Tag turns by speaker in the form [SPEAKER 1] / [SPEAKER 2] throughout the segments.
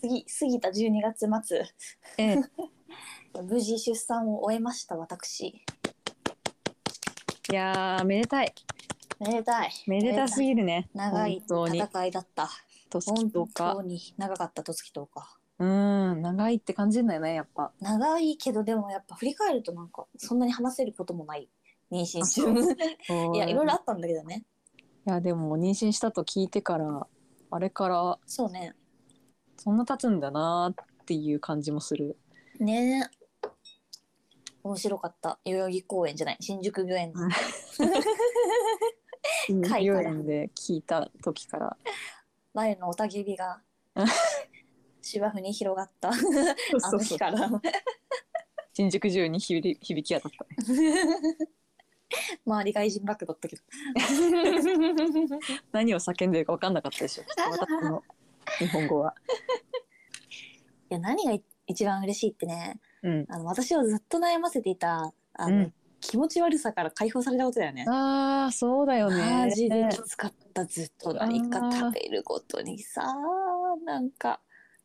[SPEAKER 1] 過ぎ過ぎた12月末
[SPEAKER 2] ええ
[SPEAKER 1] 無事出産を終えました私
[SPEAKER 2] いやーめでたい
[SPEAKER 1] めでたい
[SPEAKER 2] めでたすぎるね
[SPEAKER 1] 長い
[SPEAKER 2] 本当に
[SPEAKER 1] 戦いだった
[SPEAKER 2] 年
[SPEAKER 1] 本
[SPEAKER 2] と
[SPEAKER 1] 当
[SPEAKER 2] か
[SPEAKER 1] に長かったとつきとか
[SPEAKER 2] うん長いって感じるんだよねやっぱ
[SPEAKER 1] 長いけどでもやっぱ振り返るとなんかそんなに話せることもない妊娠中
[SPEAKER 2] い
[SPEAKER 1] いやいろいろあったんだけどね
[SPEAKER 2] いやでも妊娠したと聞いてからあれから
[SPEAKER 1] そうね
[SPEAKER 2] そんな経つんだなーっていう感じもする
[SPEAKER 1] ねえ面白かった代々木公園じゃない新宿御苑の回から
[SPEAKER 2] 病院で聞いた時から
[SPEAKER 1] 前のおたけびが芝生に広がった あ
[SPEAKER 2] そ
[SPEAKER 1] の
[SPEAKER 2] うそ
[SPEAKER 1] 日
[SPEAKER 2] う
[SPEAKER 1] から
[SPEAKER 2] 新宿中に響り響き当たったね
[SPEAKER 1] 周り外人ばっかだったけ ど
[SPEAKER 2] 何を叫んでるか分かんなかった でしょちょっと私の日本語は。
[SPEAKER 1] いや何がい一番嬉しいってね
[SPEAKER 2] うん、
[SPEAKER 1] あの私をずっと悩ませていたあの、
[SPEAKER 2] うん
[SPEAKER 1] 気持ち悪さから解放されたことだよね。
[SPEAKER 2] ああそうだよね。
[SPEAKER 1] マジできつかったずっと
[SPEAKER 2] あー
[SPEAKER 1] 何か食べるごとにさなんか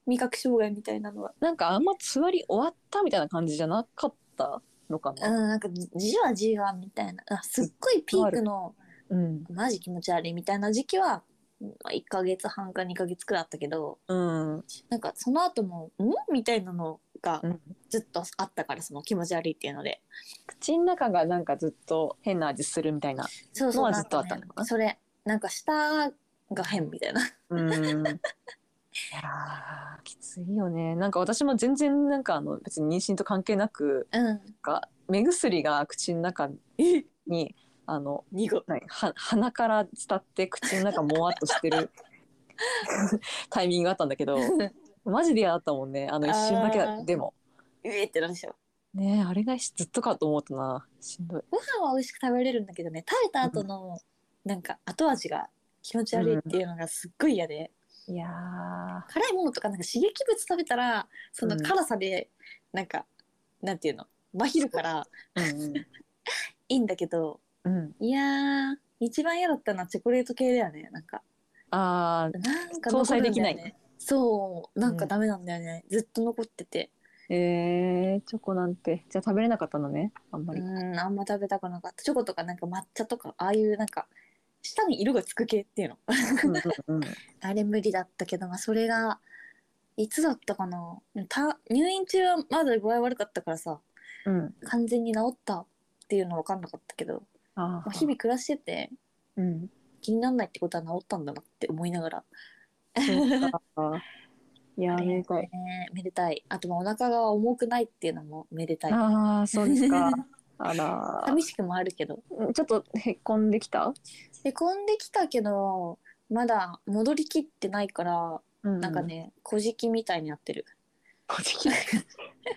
[SPEAKER 1] 味覚障害みたいなのは
[SPEAKER 2] なんかあんま座り終わったみたいな感じじゃなかったのか
[SPEAKER 1] う
[SPEAKER 2] な。
[SPEAKER 1] んなんかじわじわみたいなあすっごいピークの
[SPEAKER 2] うん
[SPEAKER 1] マジ気持ち悪いみたいな時期は1ヶ月半か2ヶ月くらいあったけど
[SPEAKER 2] うんうん
[SPEAKER 1] なんかその後も「ん?」みたいなのがずっとあったからその気持ち悪いっていうので
[SPEAKER 2] 口の中がなんかずっと変な味するみたい な。
[SPEAKER 1] そう
[SPEAKER 2] の
[SPEAKER 1] そう
[SPEAKER 2] はずっとあったのかな
[SPEAKER 1] それなんか舌が変みたいな
[SPEAKER 2] うん。いやーきついよね。なんか私も全然なんかあの別に妊娠と関係なく
[SPEAKER 1] うん
[SPEAKER 2] なんか目薬が口の中にあの
[SPEAKER 1] 2個
[SPEAKER 2] 何は鼻から伝って口の中もわっとして るタイミングがあったんだけどマジで嫌だったもんねあの一瞬だけ
[SPEAKER 1] あ
[SPEAKER 2] だ
[SPEAKER 1] ー
[SPEAKER 2] でも
[SPEAKER 1] う えってなるでしょ
[SPEAKER 2] ねえあれがずっとかと思うとなしんどい
[SPEAKER 1] ご飯は美味しく食べれるんだけどね食べた後のなんか後味が気持ち悪いっていうのがすっごい嫌で、
[SPEAKER 2] いや
[SPEAKER 1] 辛いものとかなんか刺激物食べたらその
[SPEAKER 2] うん
[SPEAKER 1] 辛さでなんか、なんていうの麻痺るから
[SPEAKER 2] ーうん
[SPEAKER 1] いいんだけど
[SPEAKER 2] うん、うん、
[SPEAKER 1] いやー一番嫌だったのはチョコレート系だよねなんか
[SPEAKER 2] あー
[SPEAKER 1] なんか
[SPEAKER 2] 搭載
[SPEAKER 1] 残るんだよね
[SPEAKER 2] できない
[SPEAKER 1] そうなんかダメなんだよね、ずっと残ってて
[SPEAKER 2] えー、チョコなんてじゃあ食べれなかったのねあんま
[SPEAKER 1] う
[SPEAKER 2] り、
[SPEAKER 1] んあんま食べたくなかったチョコとかなんか抹茶とかああいうなんか舌に色がつく系っていうの
[SPEAKER 2] うんうんうん
[SPEAKER 1] あれ無理だったけど、まあ、それがいつだったかなた入院中はまだ具合悪かったからさ
[SPEAKER 2] うん
[SPEAKER 1] 完全に治ったっていうのは分かんなかったけど、
[SPEAKER 2] あ
[SPEAKER 1] まあ、
[SPEAKER 2] ー
[SPEAKER 1] 日々暮らしてて
[SPEAKER 2] うん
[SPEAKER 1] 気にならないってことは治ったんだなって思いながら
[SPEAKER 2] そうかいやーめでたい
[SPEAKER 1] ねめでたいあとまあお腹が重くないっていうのもめでたい
[SPEAKER 2] ああそうですか あらー
[SPEAKER 1] 寂しくもあるけど
[SPEAKER 2] うんちょっとへっこんできた、
[SPEAKER 1] へこんできたけどまだ戻りきってないから
[SPEAKER 2] うん
[SPEAKER 1] なんかね「小じき」みたいになってる
[SPEAKER 2] 個人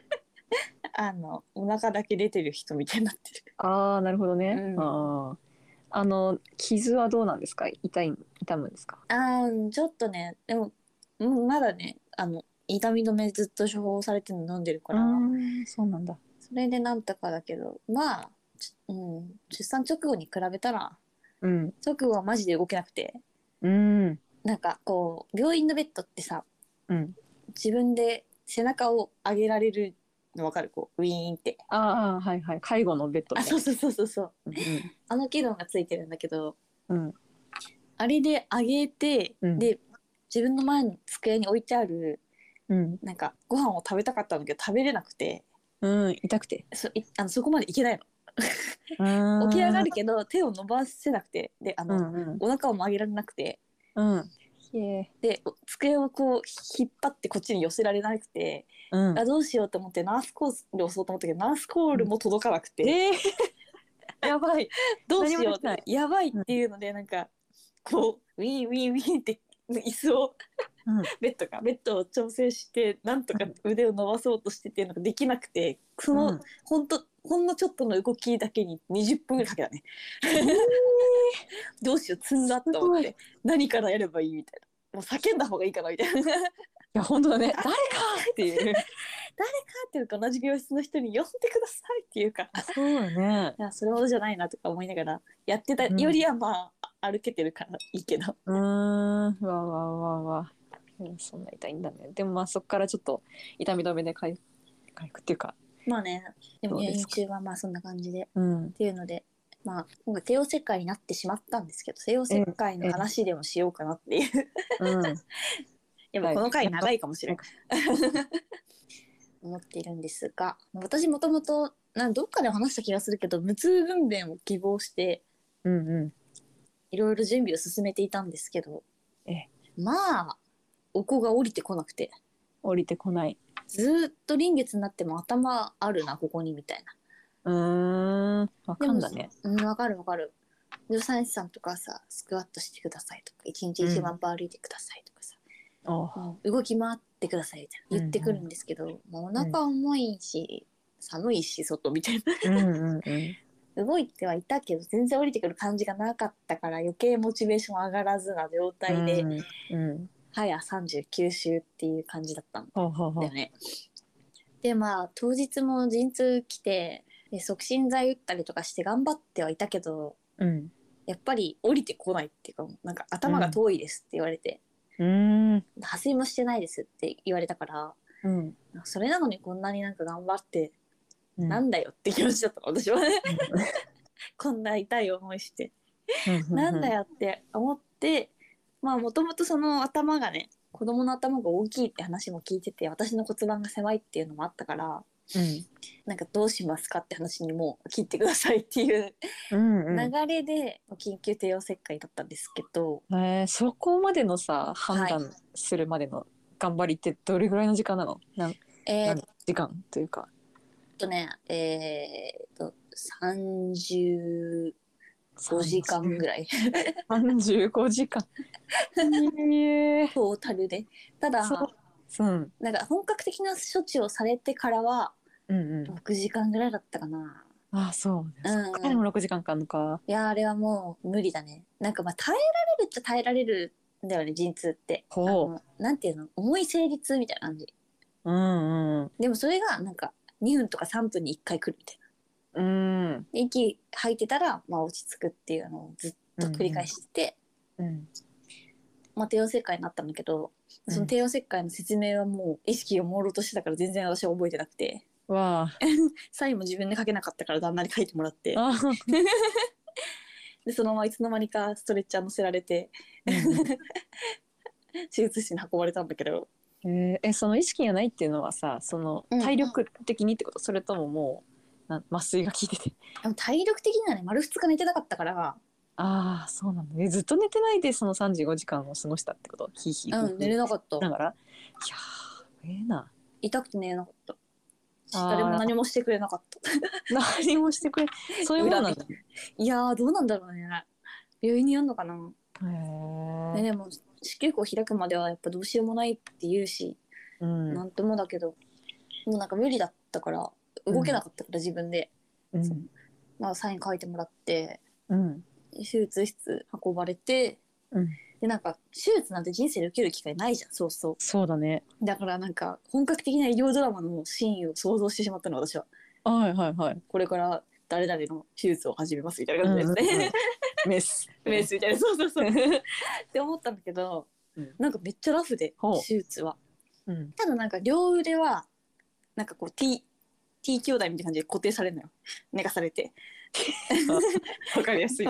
[SPEAKER 1] あのお腹だけ出てる人みたいになってる
[SPEAKER 2] ああなるほどね。
[SPEAKER 1] うん
[SPEAKER 2] あーあの傷はどうなんですか？痛い痛むんですか？
[SPEAKER 1] あーちょっとねでもうんまだねあの痛み止めずっと処方されてるの飲んでるから
[SPEAKER 2] そうなんだ。
[SPEAKER 1] それでなんとかだけどまあ、ちうん、出産直後に比べたら
[SPEAKER 2] うん
[SPEAKER 1] 直後はマジで動けなくて
[SPEAKER 2] うん
[SPEAKER 1] なんかこう病院のベッドってさ
[SPEAKER 2] うん。
[SPEAKER 1] 自分で背中を上げられるの分かるこうウィーンって
[SPEAKER 2] ああはいはい介護のベッド
[SPEAKER 1] あ
[SPEAKER 2] ね。
[SPEAKER 1] そうそうそうそうそう
[SPEAKER 2] うん
[SPEAKER 1] あの機能がついてるんだけど
[SPEAKER 2] うん
[SPEAKER 1] あれで上げて、
[SPEAKER 2] うん
[SPEAKER 1] で自分の前の机に置いてある
[SPEAKER 2] うん
[SPEAKER 1] なんかご飯を食べたかったんだけど食べれなくて
[SPEAKER 2] うん痛くて。
[SPEAKER 1] そいあのそこまでいけないの
[SPEAKER 2] 起
[SPEAKER 1] 起き上がる。けど手を伸ばせなくてであ
[SPEAKER 2] う
[SPEAKER 1] の、
[SPEAKER 2] んうん
[SPEAKER 1] お腹を曲げられなくて
[SPEAKER 2] うん。ひえ
[SPEAKER 1] でお机をこう引っ張ってこっちに寄せられなくて、
[SPEAKER 2] うん
[SPEAKER 1] あ。どうしようと思ってナースコールを押そうと思ったけどナースコールも届かなくて、
[SPEAKER 2] えーやばい。
[SPEAKER 1] どうしようっ
[SPEAKER 2] 何もで
[SPEAKER 1] てやばいっていうのでなんかこうウィンウィンウィンって椅子を
[SPEAKER 2] うん
[SPEAKER 1] ベッドかベッドを調整してなんとか腕を伸ばそうとしてっていうのができなくてその、
[SPEAKER 2] うん
[SPEAKER 1] ほんとほんのちょっとの動きだけに20分ぐらいかけたね。どうしよう積んだと思って何からやればいいみたいなもう叫んだ方がいいかなみたい なだ
[SPEAKER 2] いや本当だね。誰かっていう。
[SPEAKER 1] っていうか同じ病室の人に呼んでくださいっていうか
[SPEAKER 2] そうよね。
[SPEAKER 1] いやそれほどじゃないなとか思いながらやってた
[SPEAKER 2] うん
[SPEAKER 1] よりはまあ、あ歩けてるからいいけど。
[SPEAKER 2] うーん。わわわわ。うん、そんな痛いんだねでもまあそこからちょっと痛み止めで回復回復っていうか
[SPEAKER 1] まあねでも
[SPEAKER 2] そう
[SPEAKER 1] 入
[SPEAKER 2] です
[SPEAKER 1] 院
[SPEAKER 2] か
[SPEAKER 1] 中はまあそんな感じでっ
[SPEAKER 2] うん
[SPEAKER 1] ていうのでまあ今回帝王切開になってしまったんですけど帝王切開の話でもしようかなっていう
[SPEAKER 2] うん
[SPEAKER 1] やっぱこの回長いかもしれない 思っているんですが私もともとなんどっかで話した気がするけど無痛分娩を希望して
[SPEAKER 2] うんう
[SPEAKER 1] いろいろ準備を進めていたんですけど
[SPEAKER 2] ええ
[SPEAKER 1] まあお子が降りてこなくて
[SPEAKER 2] ん降りてこない
[SPEAKER 1] ずーっと臨月になっても頭あるなここにみたいう
[SPEAKER 2] ーんわかんだね
[SPEAKER 1] なうんわかるわかる助産師さんとかさスクワットしてくださいとか一日一万歩歩いてくださいとかさ、
[SPEAKER 2] あ
[SPEAKER 1] 動き回ってくださいみたいな言ってくるんですけど、もうお腹重いし、寒いし外みたい
[SPEAKER 2] うんうんうん
[SPEAKER 1] な 動いてはいたけど全然降りてくる感じがなかったから余計モチベーション上がらずな状態で、
[SPEAKER 2] うんうん
[SPEAKER 1] 早39週っていう感じだったん
[SPEAKER 2] ほうほうほ
[SPEAKER 1] だ
[SPEAKER 2] う
[SPEAKER 1] よね。でまあ当日も陣痛来てで促進剤打ったりとかして頑張ってはいたけど
[SPEAKER 2] うん
[SPEAKER 1] やっぱり降りてこないっていうかなんか頭が遠いですって言われて、
[SPEAKER 2] うん
[SPEAKER 1] 破水もしてないですって言われたから
[SPEAKER 2] うん
[SPEAKER 1] それなのにこんなになんか頑張って、
[SPEAKER 2] うん
[SPEAKER 1] なんだよって気持ちだったの私は こんな痛い思いして、なんだよって思ってまあもともとその頭がね子供の頭が大きいって話も聞いてて私の骨盤が狭いっていうのもあったから
[SPEAKER 2] うん
[SPEAKER 1] なんかどうしますかって話にもう聞いてくださいっていう
[SPEAKER 2] うんうん
[SPEAKER 1] 流れで緊急帝王切開だったんですけど、
[SPEAKER 2] えーそこまでのさ判
[SPEAKER 1] は
[SPEAKER 2] 断するまでの頑張りってどれぐらいの時間なのなん
[SPEAKER 1] え
[SPEAKER 2] なん
[SPEAKER 1] ーっ
[SPEAKER 2] 時間というか
[SPEAKER 1] とねえーっと35時間ぐらい
[SPEAKER 2] 35時 間いえ
[SPEAKER 1] トータルでただ
[SPEAKER 2] そううん
[SPEAKER 1] なんか本格的な処置をされてからは
[SPEAKER 2] うんうん
[SPEAKER 1] 6時間ぐらいだったかな。
[SPEAKER 2] あそう
[SPEAKER 1] う
[SPEAKER 2] ね
[SPEAKER 1] ん
[SPEAKER 2] そっかでも6時間かあんのか
[SPEAKER 1] いやあれはもう無理だねなんかまあ耐えられるっちゃ耐えられるんだよね陣痛って
[SPEAKER 2] ほう
[SPEAKER 1] あのなんていうの重い生理痛みたいな感じ
[SPEAKER 2] うんうん
[SPEAKER 1] でもそれがなんか2分とか3分に1回来るみたいな
[SPEAKER 2] うん
[SPEAKER 1] で息吐いてたら、まあ、落ち着くっていうのをずっと繰り返してて、
[SPEAKER 2] うん
[SPEAKER 1] まあ、帝王切開になったんだけど
[SPEAKER 2] うん
[SPEAKER 1] その帝王切開の説明はもう意識が朦朧としてたから全然私は覚えてなくて
[SPEAKER 2] わあ
[SPEAKER 1] サインも自分で書けなかったから旦那に書いてもらって
[SPEAKER 2] あ
[SPEAKER 1] でそのままいつの間にかストレッチャー乗せられて 手術室に運ばれたんだけど
[SPEAKER 2] えーえその意識がないっていうのはさその
[SPEAKER 1] うん
[SPEAKER 2] 体力的にってことそれとももうな麻酔が効いてて
[SPEAKER 1] でも体力的にはね丸2日寝てなかったから、
[SPEAKER 2] ああそうなんだ、ね、ずっと寝てないでその35時間を過ごしたってことヒーヒー
[SPEAKER 1] うん、寝れなかった
[SPEAKER 2] ながらいやーええな
[SPEAKER 1] 痛くて寝れなかった
[SPEAKER 2] あー
[SPEAKER 1] 誰も何もしてくれなかった
[SPEAKER 2] 何もしてくれそういうものなんだへ
[SPEAKER 1] いやーどうなんだろうね病院にやんのかな、ね
[SPEAKER 2] え
[SPEAKER 1] でも子宮口開くまではやっぱどうしようもないって言うし、
[SPEAKER 2] うん
[SPEAKER 1] なんともだけどもうなんか無理だったから動けなかったから自分で、
[SPEAKER 2] うん
[SPEAKER 1] まあ、サイン書いてもらって
[SPEAKER 2] うん
[SPEAKER 1] 手術室運ばれて、
[SPEAKER 2] うん
[SPEAKER 1] でなんか手術なんて人生で受ける機会ないじゃんそうそ
[SPEAKER 2] そうだね
[SPEAKER 1] うだからなんか本格的な医療ドラマのシーンを想像してしまったの私は
[SPEAKER 2] はいはいはい
[SPEAKER 1] これから誰々の手術を始めますみたいな感じですね、
[SPEAKER 2] メス
[SPEAKER 1] メスみたいなそうそう そうって思ったんだけど、
[SPEAKER 2] うん
[SPEAKER 1] なんかめっちゃラフで
[SPEAKER 2] ほう
[SPEAKER 1] 手術は
[SPEAKER 2] うん
[SPEAKER 1] ただなんか両腕はなんかこう T, T 兄弟みたいな感じで固定されるのよ寝かされて
[SPEAKER 2] わかりやすい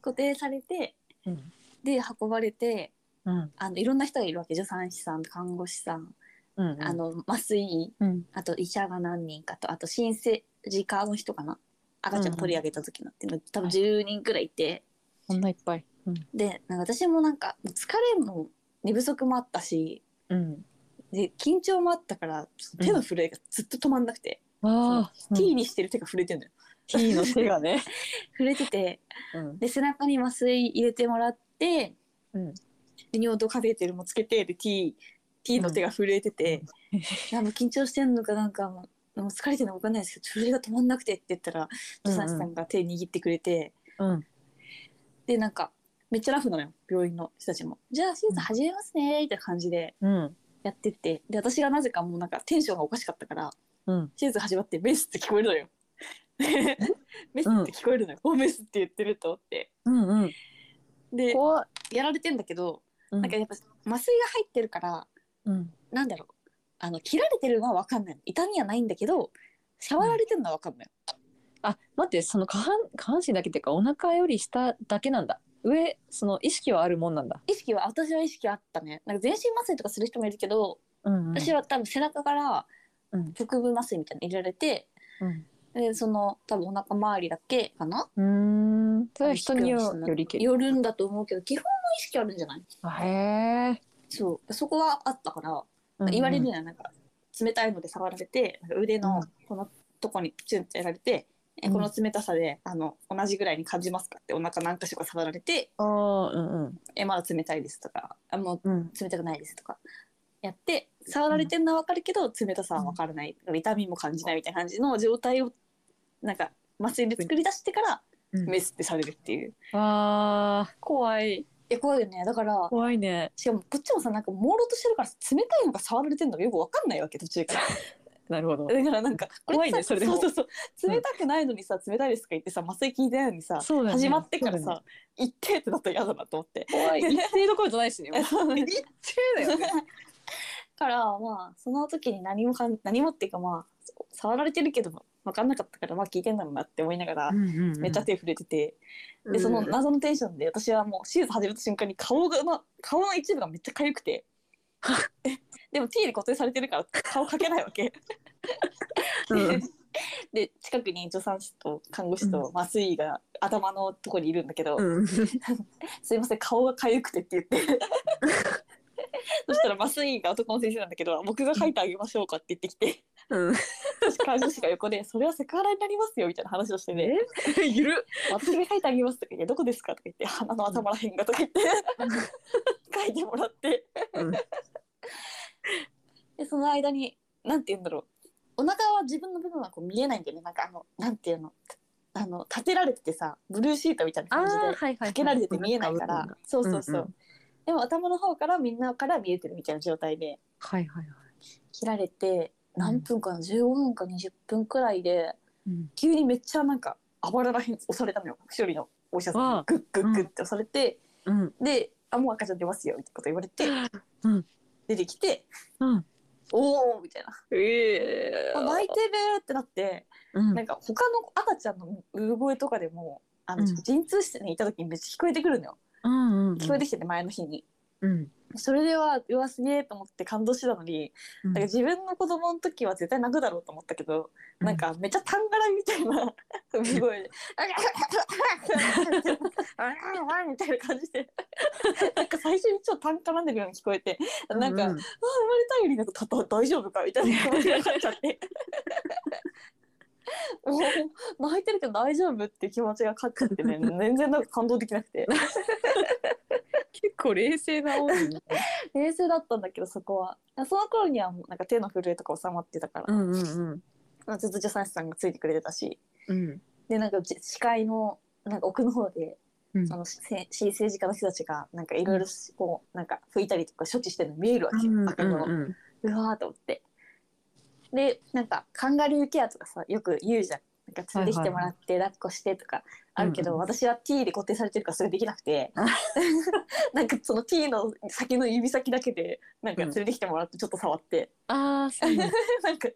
[SPEAKER 1] 固定されて
[SPEAKER 2] うん
[SPEAKER 1] で運ばれて
[SPEAKER 2] うん
[SPEAKER 1] あのいろんな人がいるわけ助産師さん看護師さん、
[SPEAKER 2] うん
[SPEAKER 1] あの麻酔
[SPEAKER 2] うん
[SPEAKER 1] あと医者が何人かとあと新生児科の人かな赤ちゃん取り上げた時のっていうの、多分10人くらいいて。
[SPEAKER 2] こんないっぱい
[SPEAKER 1] でなんか私もなんか疲れも寝不足もあったし
[SPEAKER 2] うん
[SPEAKER 1] で緊張もあったからちょっと手の震えがずっと止まんなくて、
[SPEAKER 2] ああ
[SPEAKER 1] T にしてる手が震えてんだよ
[SPEAKER 2] T の手がね
[SPEAKER 1] 震えてて
[SPEAKER 2] うん
[SPEAKER 1] で背中に麻酔入れてもらって
[SPEAKER 2] うん
[SPEAKER 1] で尿道カテーテルもつけてで T, T の手が震えてて、なんか緊張してんのかなんかもうもう疲れてるのか分かんないですけど震えが止まんなくてって言ったら助産師さんが手握ってくれて、
[SPEAKER 2] うん
[SPEAKER 1] でなんかめっちゃラフなのよ病院の人たちも「じゃあ手術始めますね」みたいな感じで。
[SPEAKER 2] うん
[SPEAKER 1] やっててで私がなぜかもうなんかテンションがおかしかったから
[SPEAKER 2] うん
[SPEAKER 1] 手術始まってメスって聞こえるのよ。 メスって聞こえるのよ。おメスって言ってると思って。
[SPEAKER 2] うんうん
[SPEAKER 1] で
[SPEAKER 2] 怖
[SPEAKER 1] やられてんだけど
[SPEAKER 2] な
[SPEAKER 1] なんかやっぱ麻酔が入ってるから
[SPEAKER 2] うん
[SPEAKER 1] なんだろうあの切られてるのはわかんない痛みはないんだけど触られてるのはわかんない、
[SPEAKER 2] あ待ってその下半下半身だけっていうかお腹より下だけなんだ上その意識はあるもんなんだ、
[SPEAKER 1] 意識は私は意識あったねなんか全身麻酔とかする人もいるけど、
[SPEAKER 2] うんうん
[SPEAKER 1] 私は多分背中から
[SPEAKER 2] うん
[SPEAKER 1] 腹部麻酔みたいなの入れられて、でその多分お腹周りだけかな
[SPEAKER 2] うんうーんそれは人によよりけ
[SPEAKER 1] よるんだと思うけど基本の意識あるんじゃない
[SPEAKER 2] あへえ、
[SPEAKER 1] そうそこはあったから言われるじゃないなんか冷たいので触られてなんか腕のこのとこにチュンってやられて、え
[SPEAKER 2] うん
[SPEAKER 1] この冷たさであの同じぐらいに感じますかってお腹何箇所か触られて
[SPEAKER 2] ああうんうん
[SPEAKER 1] 「えまだ冷たいです」とかあ「も
[SPEAKER 2] うん
[SPEAKER 1] う冷たくないです」とかやって触られてるのは分かるけど、冷たさは分からない痛みも感じないみたいな感じの状態をなんか麻酔で作り出してから
[SPEAKER 2] うん
[SPEAKER 1] メスってされるっていう。
[SPEAKER 2] あー怖い
[SPEAKER 1] え怖いよねだから
[SPEAKER 2] 怖いね
[SPEAKER 1] しかもこっちもさなんか朦朧としてるから冷たいのか触られてるのかよく分かんないわけ途中から。
[SPEAKER 2] なるほど
[SPEAKER 1] だからなんか
[SPEAKER 2] 怖いね
[SPEAKER 1] こさ
[SPEAKER 2] それで
[SPEAKER 1] そ
[SPEAKER 2] も
[SPEAKER 1] うそうそう冷たくないのにさ冷たいですか言ってさ麻酔効いてないのにさ、
[SPEAKER 2] そうだね
[SPEAKER 1] 始まってから
[SPEAKER 2] そう
[SPEAKER 1] さ行ってってなったら嫌だなと思って
[SPEAKER 2] 怖い一定どころじゃないしね
[SPEAKER 1] だ
[SPEAKER 2] 一定だよね
[SPEAKER 1] からまあその時に何もかん何もっていうかまあ触られてるけど分かんなかったからまあ効いてんだろうなって思いながら、めっちゃ手触れてて、でその謎のテンションで私はもう手術始めた瞬間に顔がま顔の一部がめっちゃ痒く てえでも T で固定されてるから顔かけないわけ
[SPEAKER 2] うん
[SPEAKER 1] で近くに助産師と看護師と麻酔が頭のとこにいるんだけど「
[SPEAKER 2] うん
[SPEAKER 1] すいません顔が痒くて」って言って そしたら麻酔が男の先生なんだけど「僕が書いてあげましょうか」って言ってき て
[SPEAKER 2] うん
[SPEAKER 1] 私看護師が横で「それはセクハラになりますよ」みたいな話をしてね
[SPEAKER 2] ゆる
[SPEAKER 1] 「私が書いてあげます」とか言って「どこですか?」とか言って「鼻の頭らへんが」とか言って書いてもらって
[SPEAKER 2] うん
[SPEAKER 1] でその間になんて言うんだろうお腹は自分の部分はこう見えないんだよねなんかあのなんていうのあの立てられててさブルーシートみたいな
[SPEAKER 2] あ
[SPEAKER 1] 感じで
[SPEAKER 2] ーはいはい
[SPEAKER 1] かけられてて見えないから、そうそうそう、
[SPEAKER 2] うんうん
[SPEAKER 1] でも頭の方からみんなから見えてるみたいな状態で
[SPEAKER 2] はいはいはい
[SPEAKER 1] 切られて何分かな、15分か20分くらいで
[SPEAKER 2] うん
[SPEAKER 1] 急にめっちゃなんかあばららへん押されたのよ一人のお医者さん
[SPEAKER 2] わあ
[SPEAKER 1] にグッグッグッって押されて、
[SPEAKER 2] うん
[SPEAKER 1] で「あもう赤ちゃん出ますよ」みたいなこと言われて、
[SPEAKER 2] うん
[SPEAKER 1] 出てきて
[SPEAKER 2] うん
[SPEAKER 1] 「おお!」みたいな
[SPEAKER 2] ええ
[SPEAKER 1] 「あ泣いてる!」ってなって
[SPEAKER 2] うん
[SPEAKER 1] なんか他の赤ちゃんの産声とかでもあの
[SPEAKER 2] うん
[SPEAKER 1] 陣痛室にいた時にめっちゃ聞こえてくるのよ
[SPEAKER 2] うんうん
[SPEAKER 1] 聞こえてきてて前の日に。
[SPEAKER 2] うん
[SPEAKER 1] それではうわすげえと思って感動してたのに、
[SPEAKER 2] うん
[SPEAKER 1] なんか自分の子供の時は絶対泣くだろうと思ったけど、
[SPEAKER 2] うん
[SPEAKER 1] なんかめっちゃタンガラみたい な産声で「ああああああみたいな感じでなんか最初にちょっとタン絡んでるように聞こえてなんか、
[SPEAKER 2] う
[SPEAKER 1] あ生まれたよりなんかたた大丈夫かみたいな気持ちになっちゃって もう泣いてるけど大丈夫っていう気持ちが勝っちゃってね全然なんか感動できなくて
[SPEAKER 2] 結構冷静な多いね
[SPEAKER 1] 冷静だったんだけどそこはその頃にはもうなんか手の震えとか収まってたから、
[SPEAKER 2] うんうんうん
[SPEAKER 1] ずっと助産師さんがついてくれてたし
[SPEAKER 2] うん
[SPEAKER 1] でなんかじ視界のなんか奥の方で
[SPEAKER 2] うん
[SPEAKER 1] そのせ市政治家の人たちがなんかいろいろこうなんか拭いたりとか処置してるの見えるわけ、赤の
[SPEAKER 2] うん
[SPEAKER 1] うわーと思ってでなんかカンガルーケアとかさよく言うじゃんなんか連れてきてもらって抱っこしてとかあるけど、
[SPEAKER 2] うんうん
[SPEAKER 1] 私は T で固定されてるからそれできなくて なんかその T の先の指先だけでなんか連れてきてもらってちょっと触って、
[SPEAKER 2] ああそうなんだ
[SPEAKER 1] なんか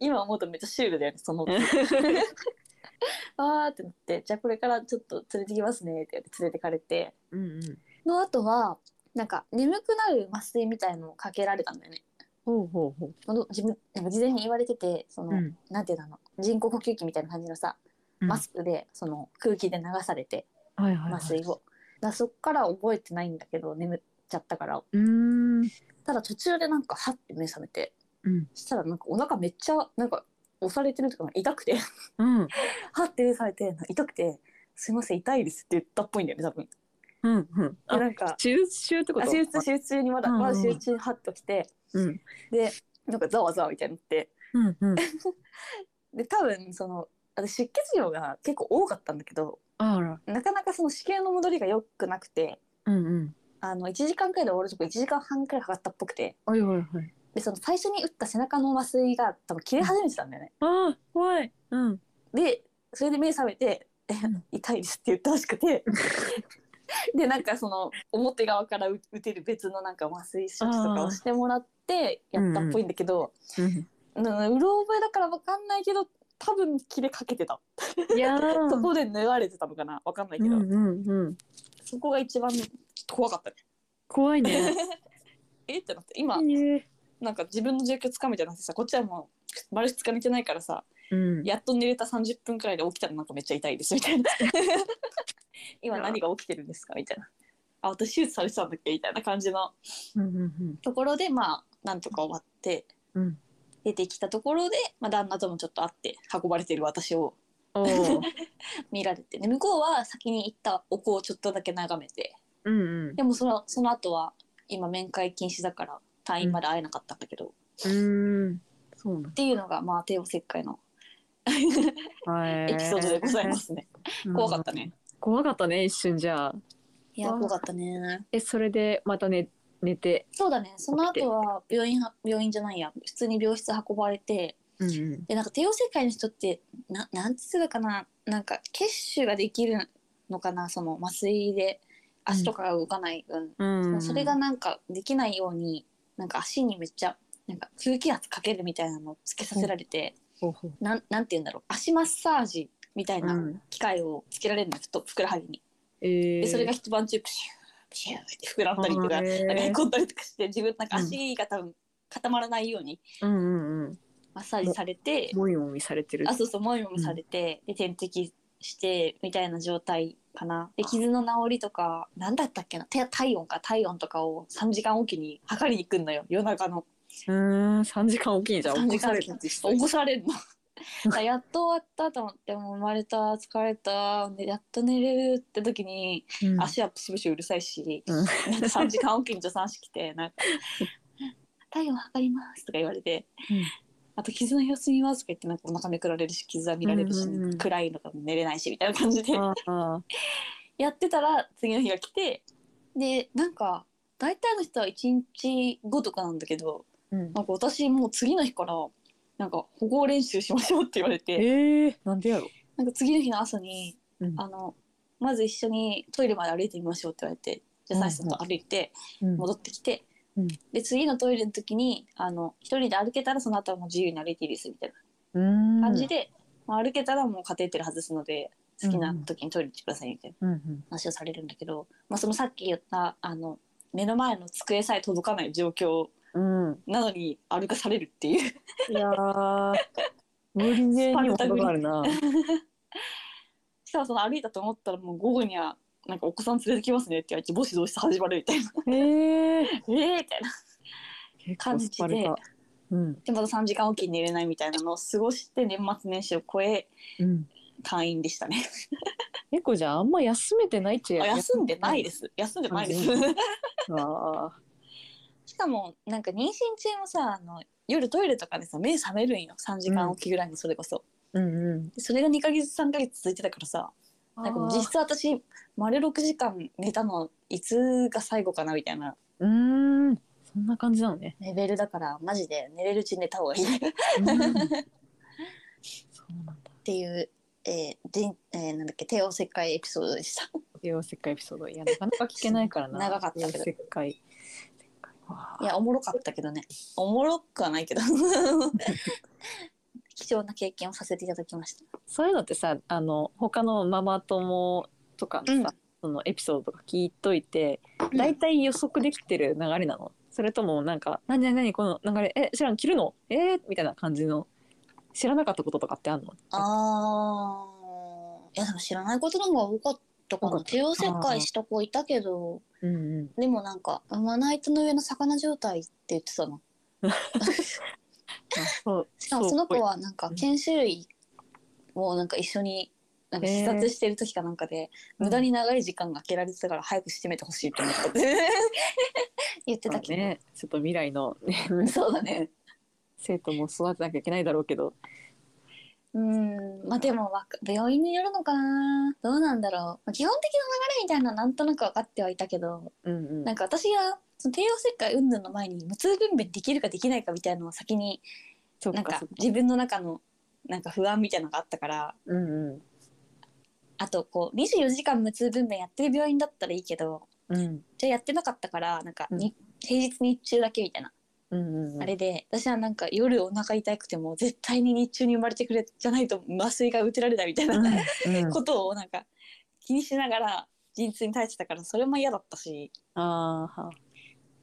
[SPEAKER 1] 今思うとめっちゃシュールだよねその あーってなってじゃあこれからちょっと連れてきますねって言って連れてかれて
[SPEAKER 2] うんうん
[SPEAKER 1] の後はなんか眠くなる麻酔みたいのをかけられたんだよね。
[SPEAKER 2] ほうほうほう
[SPEAKER 1] あの自分なんか事前に言われててその、
[SPEAKER 2] うん
[SPEAKER 1] なんていうの人工呼吸器みたいな感じのさ
[SPEAKER 2] うん
[SPEAKER 1] マスクでその空気で流されて
[SPEAKER 2] はいはいはい
[SPEAKER 1] 麻酔を、だからそっから覚えてないんだけど眠っちゃったから
[SPEAKER 2] うーん
[SPEAKER 1] ただ途中でなんかハッて目覚めて
[SPEAKER 2] うん
[SPEAKER 1] したらなんかお腹めっちゃなんか押されてるとか痛くて
[SPEAKER 2] うん
[SPEAKER 1] ハッて目覚めて痛くて「すいません痛いです」って言ったっぽいんだよね多分。
[SPEAKER 2] うんうん
[SPEAKER 1] で
[SPEAKER 2] あ
[SPEAKER 1] なんか
[SPEAKER 2] 手術中ってこ
[SPEAKER 1] あ
[SPEAKER 2] と
[SPEAKER 1] 手術手術中にまだ、
[SPEAKER 2] うんうん
[SPEAKER 1] まだ手術中にハッときて
[SPEAKER 2] うん
[SPEAKER 1] でなんかざわざわみたいになって
[SPEAKER 2] うんうん
[SPEAKER 1] で多分その私出血量が結構多かったんだけど
[SPEAKER 2] あら
[SPEAKER 1] なかなかその子宮の戻りが良くなくて
[SPEAKER 2] うんうん
[SPEAKER 1] あの1時間くらいで終わるとこ1時間半くらいかかったっぽくて
[SPEAKER 2] はいはいはい
[SPEAKER 1] でその最初に打った背中の麻酔が多分切れ始めてたんだよね。
[SPEAKER 2] ああ怖いうん
[SPEAKER 1] でそれで目覚めてえ
[SPEAKER 2] ん
[SPEAKER 1] 「痛いです」って言ったらしくてでなんかその表側からう打てる別のなんか麻酔処置とかをしてもらってやったっぽいんだけど、うんうろ覚えだからわかんないけど多分切れかけてた
[SPEAKER 2] いやー
[SPEAKER 1] そこで縫われてたのかなわかんないけ
[SPEAKER 2] うん
[SPEAKER 1] ど、
[SPEAKER 2] うんうん、
[SPEAKER 1] そこが一番怖かったね。
[SPEAKER 2] 怖 いね。
[SPEAKER 1] えってなって今なんか自分の状況つかめてなくてさこっちはもう丸2日寝てないからさ
[SPEAKER 2] うん、
[SPEAKER 1] やっと寝れた30分くらいで起きたらなんかめっちゃ痛いですみたいな 今何が起きてるんですかみたいなあ私手術されてたんだっけみたいな感じの
[SPEAKER 2] うんうん
[SPEAKER 1] ところでまあなんとか終わって
[SPEAKER 2] うんうん。
[SPEAKER 1] 出てきたところで、まあ、旦那ともちょっと会って運ばれてる私を
[SPEAKER 2] おお。
[SPEAKER 1] 見られてで向こうは先に行ったお子をちょっとだけ眺めて
[SPEAKER 2] うんうん。
[SPEAKER 1] でもそのその後は今面会禁止だから退院まで会えなかったんだけど、っ
[SPEAKER 2] うん。そうなん。
[SPEAKER 1] ていうのがまあ帝王切開の
[SPEAKER 2] はい。
[SPEAKER 1] エピソードでございますね。
[SPEAKER 2] うん。
[SPEAKER 1] 怖かったね。
[SPEAKER 2] 怖かったね一瞬じゃあ。
[SPEAKER 1] いや怖かったね。
[SPEAKER 2] えそれでまた寝寝て。
[SPEAKER 1] そうだねその後は病院は病院じゃないや普通に病室運ばれて
[SPEAKER 2] うんうん。
[SPEAKER 1] でなんか帝王切開の人ってななんつうのかななんか血腫ができるのかなその麻酔で足とかが動かない分、
[SPEAKER 2] うん、
[SPEAKER 1] それがなんかできないようになんか足にめっちゃなんか空気圧かけるみたいなのをつけさせられて、
[SPEAKER 2] ほうほう
[SPEAKER 1] なんなんて言うんだろう足マッサージみたいうなん機械をつけられるのふとふくらはぎに。
[SPEAKER 2] えー、
[SPEAKER 1] でそれが一晩中プシュープシューって膨らんだりとか
[SPEAKER 2] あー
[SPEAKER 1] なんかへこんだりとかして自分なんか足が多分固まらないように
[SPEAKER 2] うんうんうん
[SPEAKER 1] マッサージされて、
[SPEAKER 2] もみもみされてる
[SPEAKER 1] あそうそうもみもみされて、で点滴してみたいな状態かなで傷の治りとか何だったっけな手体温か体温とかを3時間おきに測りに行くのよ夜中の
[SPEAKER 2] うーん三時間おきにじゃあ起こされた
[SPEAKER 1] 起こさ れるのだからやっと終わったと思ってもう生まれた疲れたでやっと寝れるって時に
[SPEAKER 2] うん
[SPEAKER 1] 足はプシュプシュうるさいし、
[SPEAKER 2] うん
[SPEAKER 1] なんか3時間おきに助産師来てなんか「体温測ります」とか言われて、
[SPEAKER 2] うん
[SPEAKER 1] あと傷の様子見ますとか言ってなんかお腹めくられるし傷は見られるし、
[SPEAKER 2] うんうんうん
[SPEAKER 1] 暗いのか寝れないしみたいな感じで
[SPEAKER 2] ああ
[SPEAKER 1] やってたら次の日が来てでなんか大体の人は1日後とかなんだけど
[SPEAKER 2] うん
[SPEAKER 1] なんか私もう次の日からなんか保護練習しましょうって言われて
[SPEAKER 2] えー、なんでやろ
[SPEAKER 1] なんか次の日の朝に
[SPEAKER 2] うん
[SPEAKER 1] あのまず一緒にトイレまで歩いてみましょうって言われて助産師さんと歩いて
[SPEAKER 2] うん
[SPEAKER 1] 戻ってきて、
[SPEAKER 2] うん
[SPEAKER 1] で次のトイレの時にあの一人で歩けたらその後はもう自由に歩いていいですみたいな感
[SPEAKER 2] 感
[SPEAKER 1] じで、まあ、歩けたらもうカテーテル外すので好きな時にトイレ行ってくださいみたいな
[SPEAKER 2] うんうん
[SPEAKER 1] 話をされるんだけど、まあ、そのさっき言ったあの目の前の机さえ届かない状況
[SPEAKER 2] うん
[SPEAKER 1] なのに歩かされるっていう
[SPEAKER 2] いやー無理ゲーにも程があるな。
[SPEAKER 1] しかもその歩いたと思ったらもう午後にはなんかお子さん連れてきますねって言われて母子同士始まるみたいな
[SPEAKER 2] えー、
[SPEAKER 1] ええみたいな
[SPEAKER 2] 結構スパルタ。うん
[SPEAKER 1] でまた3時間おきに寝れないみたいなのを過ごして年末年始を超え
[SPEAKER 2] うん。
[SPEAKER 1] 退院でしたね。
[SPEAKER 2] 結構じゃああんま休めてないっちゃ
[SPEAKER 1] あ休んでないです。休んでないです。
[SPEAKER 2] す。あ
[SPEAKER 1] しかもなんか妊娠中もさあの夜トイレとかでさ目覚めるんよ3時間おきぐらいにそれこそ。
[SPEAKER 2] ーうんうん。
[SPEAKER 1] でそれが2ヶ月3ヶ月続いてたからさなんかもう実質私丸6時間寝たのいつが最後かなみたいな
[SPEAKER 2] うーんそんな感じなのね。
[SPEAKER 1] レベルだからマジで寝れるうちに寝た 方がいいっ
[SPEAKER 2] うんそうなんだ。
[SPEAKER 1] ていう、えーでえーなんだっけ帝王切開エピソードでした。
[SPEAKER 2] 帝王切開エピソードいやなかなか聞けないからな。
[SPEAKER 1] 長かったけど
[SPEAKER 2] 帝王切開。切開わ
[SPEAKER 1] い
[SPEAKER 2] ー
[SPEAKER 1] やおもろかったけどねおもろくはないけど 貴重な経験をさせていただきました
[SPEAKER 2] そういうのってさあの他のママ友とかのさ、
[SPEAKER 1] う
[SPEAKER 2] そのエピソードとか聞いといて大体予測できてる流れなのそれともなんか「何何何この流れえ知らん切るのえーみたいな感じの知らなかったこととかってあるの
[SPEAKER 1] あーいやでも知らないことの方が多かったか
[SPEAKER 2] 多か
[SPEAKER 1] な
[SPEAKER 2] った
[SPEAKER 1] 帝王切開した子いたけど
[SPEAKER 2] うんうん、
[SPEAKER 1] でもなんかまな板の上の魚状態って言ってたの
[SPEAKER 2] あそう
[SPEAKER 1] しかもその子はなんか
[SPEAKER 2] うん
[SPEAKER 1] 研修医をなんか一緒になんか視
[SPEAKER 2] へ
[SPEAKER 1] 察
[SPEAKER 2] ー
[SPEAKER 1] してる時かなんかで、無駄に長い時間が空けられてたから早く締めてほしいと思ったって 言って
[SPEAKER 2] そう
[SPEAKER 1] たけど、
[SPEAKER 2] ねちょっと未来の、ね、
[SPEAKER 1] そうだね
[SPEAKER 2] 生徒も育てなきゃいけないだろうけど
[SPEAKER 1] うんまあでもわか病院によるのかなどうなんだろう、まあ、基本的な流れみたいなのはなんとなく分かってはいたけど
[SPEAKER 2] うんうん
[SPEAKER 1] なんか私がその帝王切開云々の前に無痛分娩できるかできないかみたいなのを先に
[SPEAKER 2] そっ
[SPEAKER 1] なん
[SPEAKER 2] か
[SPEAKER 1] か
[SPEAKER 2] そっか
[SPEAKER 1] 自分の中のなんか不安みたいなのがあったから
[SPEAKER 2] うんうん
[SPEAKER 1] あとこう24時間無痛分娩やってる病院だったらいいけど
[SPEAKER 2] うん
[SPEAKER 1] じゃあやってなかったからなんか、
[SPEAKER 2] うん
[SPEAKER 1] に平日日中だけみたいな、
[SPEAKER 2] うんうん
[SPEAKER 1] あれで私はなんか夜お腹痛くても絶対に日中に生まれてくれじゃないと麻酔が打てられないみたいな、
[SPEAKER 2] うんうん
[SPEAKER 1] ことをなんか気にしながら陣痛に耐えてたからそれも嫌だったし
[SPEAKER 2] あーは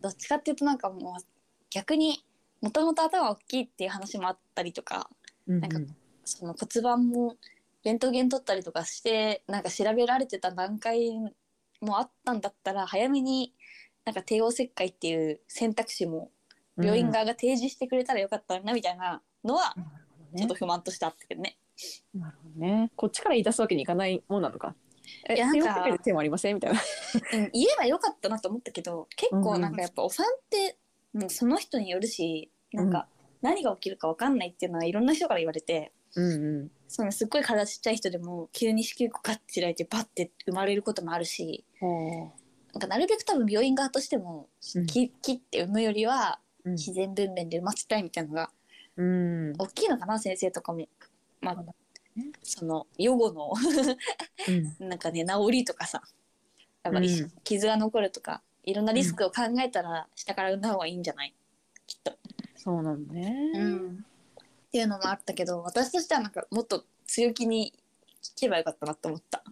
[SPEAKER 1] どっちかっていうとなんかもう逆にもともと頭大きいっていう話もあったりとか
[SPEAKER 2] な
[SPEAKER 1] なんかその骨盤もレントゲン取ったりとかしてなんか調べられてた段階もあったんだったら早めになんか帝王切開っていう選択肢も病院側が提示してくれたらよかったなみたいなのはちょっと不満としてあったけどね。
[SPEAKER 2] なるほどね。こっちから言い出すわけにいかないもんなのか。え、
[SPEAKER 1] いや
[SPEAKER 2] な
[SPEAKER 1] なんんか
[SPEAKER 2] か手もありませんみたいな。
[SPEAKER 1] うん言えばよかったなと思ったけど結構なんかやっぱお産ってもうその人によるしなんか何が起きるか分かんないっていうのはいろんな人から言われて
[SPEAKER 2] うんう
[SPEAKER 1] そのすっごい体ちっちゃい人でも急に子宮口ガッて開いてバッて生まれることもあるし
[SPEAKER 2] ん。お
[SPEAKER 1] なんかなるべく多分病院側としても、
[SPEAKER 2] うん
[SPEAKER 1] き切って産むよりは
[SPEAKER 2] うん
[SPEAKER 1] 自然分娩で産ませたいみたいなのが
[SPEAKER 2] うん。
[SPEAKER 1] 大きいのかな先生とかも。まあ
[SPEAKER 2] そうだね
[SPEAKER 1] その予後の
[SPEAKER 2] うん
[SPEAKER 1] なんかね治りとかさやっぱり
[SPEAKER 2] うん
[SPEAKER 1] 傷が残るとか、いろんなリスクを考えたら下から産んだ方がいいんじゃないきっと、
[SPEAKER 2] そうなのね。
[SPEAKER 1] っていうのもあったけど私としてはなんかもっと強気に聞けばよかったなと思った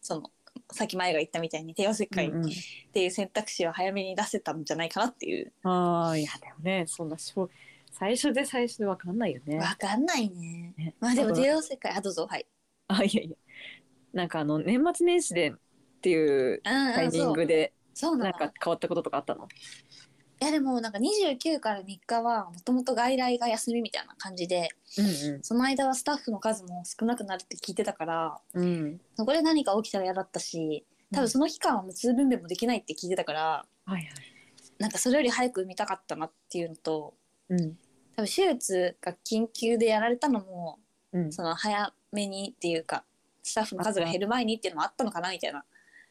[SPEAKER 1] そのさっき前が言ったみたいに帝王切開っ
[SPEAKER 2] うんうん
[SPEAKER 1] ていう選択肢を早めに出せたんじゃないかなっていう、
[SPEAKER 2] ああ、いやでもね、そんなしょ最初で最初でわかんないよね
[SPEAKER 1] わ。かんないね
[SPEAKER 2] ね
[SPEAKER 1] まあでも
[SPEAKER 2] 多分
[SPEAKER 1] 帝王切開あどうぞはい
[SPEAKER 2] あ、いやいや。なんかあの年末年始でっていう
[SPEAKER 1] うん
[SPEAKER 2] タ
[SPEAKER 1] う
[SPEAKER 2] イ
[SPEAKER 1] ん
[SPEAKER 2] ミ
[SPEAKER 1] そ
[SPEAKER 2] ン
[SPEAKER 1] う
[SPEAKER 2] グで
[SPEAKER 1] そうな
[SPEAKER 2] なんん
[SPEAKER 1] だ
[SPEAKER 2] か変わったこととかあったの？
[SPEAKER 1] いやでもなんか29から3日はもともと外来が休みみたいな感じで
[SPEAKER 2] うん
[SPEAKER 1] その間はスタッフの数も少なくなるって聞いてたから
[SPEAKER 2] うん。うん。
[SPEAKER 1] そこで何か起きたら嫌だったし多分その期間は無痛分娩もできないって聞いてたから、
[SPEAKER 2] はいはい。
[SPEAKER 1] なんかそれより早く産みたかったなっていうのと
[SPEAKER 2] うん
[SPEAKER 1] 多分手術が緊急でやられたのも
[SPEAKER 2] うん。
[SPEAKER 1] その早めにっていうかスタッフの数が減る前にっていうのもあったのかなみたいな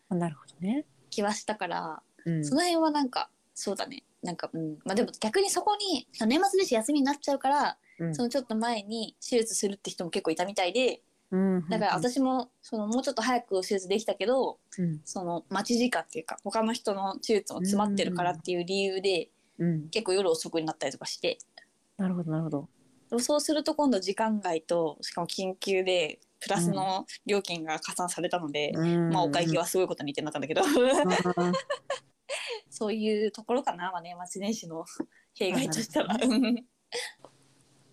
[SPEAKER 2] あなるほどね。
[SPEAKER 1] 気はしたから、
[SPEAKER 2] うん。
[SPEAKER 1] その辺はなんかそうだねなんか、うんまあ、でも逆にそこに年末年始休みになっちゃうから、
[SPEAKER 2] うん
[SPEAKER 1] そのちょっと前に手術するって人も結構いたみたいで
[SPEAKER 2] うん
[SPEAKER 1] だから私もそのもうちょっと早く手術できたけど
[SPEAKER 2] うん
[SPEAKER 1] その待ち時間っていうか他の人の手術も詰まってるからっていう理由で
[SPEAKER 2] うん。
[SPEAKER 1] 結構夜遅くになったりとかして
[SPEAKER 2] なるほどなるほど。
[SPEAKER 1] でもそうすると今度時間外としかも緊急でプラスの料金が加算されたので、まあお会計
[SPEAKER 2] は。
[SPEAKER 1] はすごいことにってなったんだけど、
[SPEAKER 2] あー
[SPEAKER 1] そういうところかなまあ年末年始の 弊害としたら。うん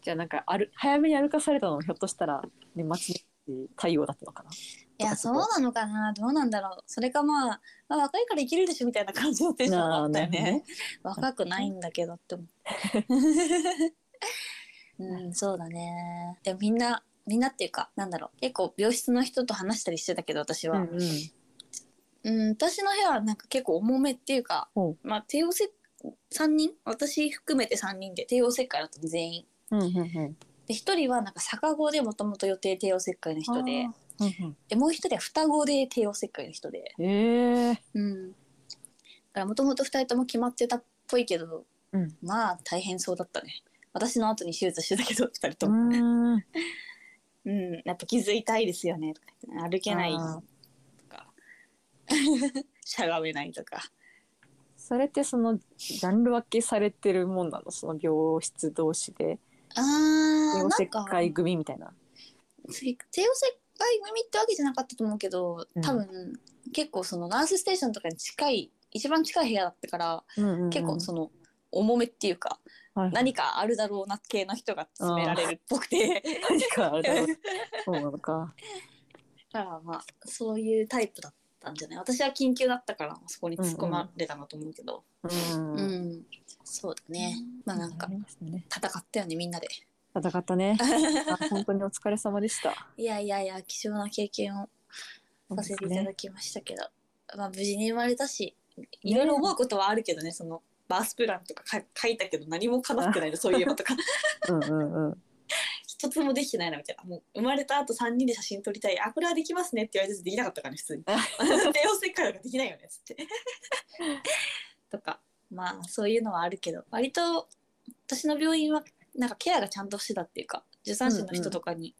[SPEAKER 2] じゃあなんかある早めに歩かされたのもひょっとしたら年末年始対応だったのかな。
[SPEAKER 1] い やそうなのかなどうなんだろうそれかまあ、まあ、若いから生きるでしょみたいな感じのテンションだったよね
[SPEAKER 2] なるほどね
[SPEAKER 1] 若くないんだけどって思ううんそうだねでもみんなみんなっていうかなんだろう結構病室の人と話したりしてたけど私は、
[SPEAKER 2] うんうん。
[SPEAKER 1] うん、私の部屋はなんか結構重めっていうか、
[SPEAKER 2] ほ
[SPEAKER 1] まあ、帝王切3人私含めて3人で帝王切開だったの全員
[SPEAKER 2] うんうんうん。
[SPEAKER 1] で1人はなんか逆子でもともと予定帝王切開の人で
[SPEAKER 2] あー。うん
[SPEAKER 1] でもう1人は双子で帝王切開の人で
[SPEAKER 2] うん。ええ。
[SPEAKER 1] うんだからもともと2人とも決まってたっぽいけど、
[SPEAKER 2] うん
[SPEAKER 1] まあ大変そうだったね私の後に手術してたけど2人と
[SPEAKER 2] う
[SPEAKER 1] も、
[SPEAKER 2] ん。
[SPEAKER 1] うん、やっぱ傷痛いですよねとか言って歩けないと
[SPEAKER 2] あー
[SPEAKER 1] か しゃがめないとか
[SPEAKER 2] それってそのジャンル分けされてるもんなのその病室同士で
[SPEAKER 1] あ
[SPEAKER 2] 病
[SPEAKER 1] ーなん
[SPEAKER 2] 切
[SPEAKER 1] か
[SPEAKER 2] 開組みたいな。
[SPEAKER 1] 帝王切開組ってわけじゃなかったと思うけど
[SPEAKER 2] うん
[SPEAKER 1] 多分、結構そのナースステーションとかに近い一番近い部屋だったから、結構その重めっていうか、
[SPEAKER 2] の
[SPEAKER 1] 何かあるだろうな系の人が詰められるっぽくて
[SPEAKER 2] 何かあれだろう。そうなのか。
[SPEAKER 1] だからまあそういうタイプだったんじゃない私は緊急だったからそこに突っ込まれたなと思うけど
[SPEAKER 2] うん
[SPEAKER 1] うん、そうだねまあなんか
[SPEAKER 2] りましたね。
[SPEAKER 1] 戦ったよねみんなで
[SPEAKER 2] 戦ったね。あ本当にお疲れ様でした。
[SPEAKER 1] いやいやいや貴重な経験をさせていただきましたけど、まあ無事に生まれたしいろいろ思うことはあるけどねそのバースプランとかか書いたけど何も叶ってないのそういえばとか
[SPEAKER 2] うんうんうん。
[SPEAKER 1] 一つもできてないなみたいなもう生まれた後3人で写真撮りたいあこれはできますねって言われてできなかったからね普通に 帝王切開とかできないよねっつってとかまあそういうのはあるけど割と私の病院はなんかケアがちゃんとしてたっていうか助産師の人とかに、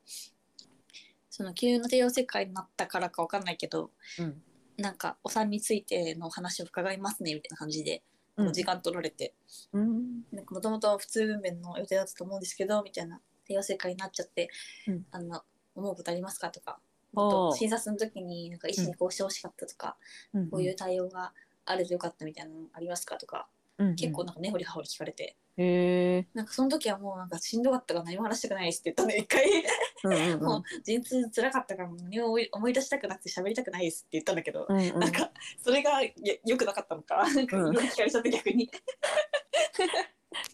[SPEAKER 1] その急な帝王切開になったからかわかんないけど
[SPEAKER 2] うん
[SPEAKER 1] なんかお産についてのお話を伺いますねみたいな感じで、こう時間取られて
[SPEAKER 2] うん
[SPEAKER 1] もともと普通分娩の予定だったと思うんですけどみたいな帝王切開になっちゃって、
[SPEAKER 2] うん
[SPEAKER 1] あの思うことありますかとか
[SPEAKER 2] お
[SPEAKER 1] と
[SPEAKER 2] ー
[SPEAKER 1] 診察の時になんか医師にこうしてほしかったとか、
[SPEAKER 2] うん
[SPEAKER 1] こういう対応があるとよかったみたいなのありますかとか、
[SPEAKER 2] うんうん
[SPEAKER 1] 結構なんか根掘り葉掘り聞かれて、
[SPEAKER 2] へえ
[SPEAKER 1] なんかその時はもうなんかしんどかったから何も話したくないですって言 ったので一回
[SPEAKER 2] うんうんうん
[SPEAKER 1] もう陣痛つらかったからもう何も思い思い出したくなくて喋りたくないですって言ったんだけど、
[SPEAKER 2] うんうん
[SPEAKER 1] なんかそれがよよくなかったのかなんか
[SPEAKER 2] うん
[SPEAKER 1] いろいろ聞かれちゃって逆 に。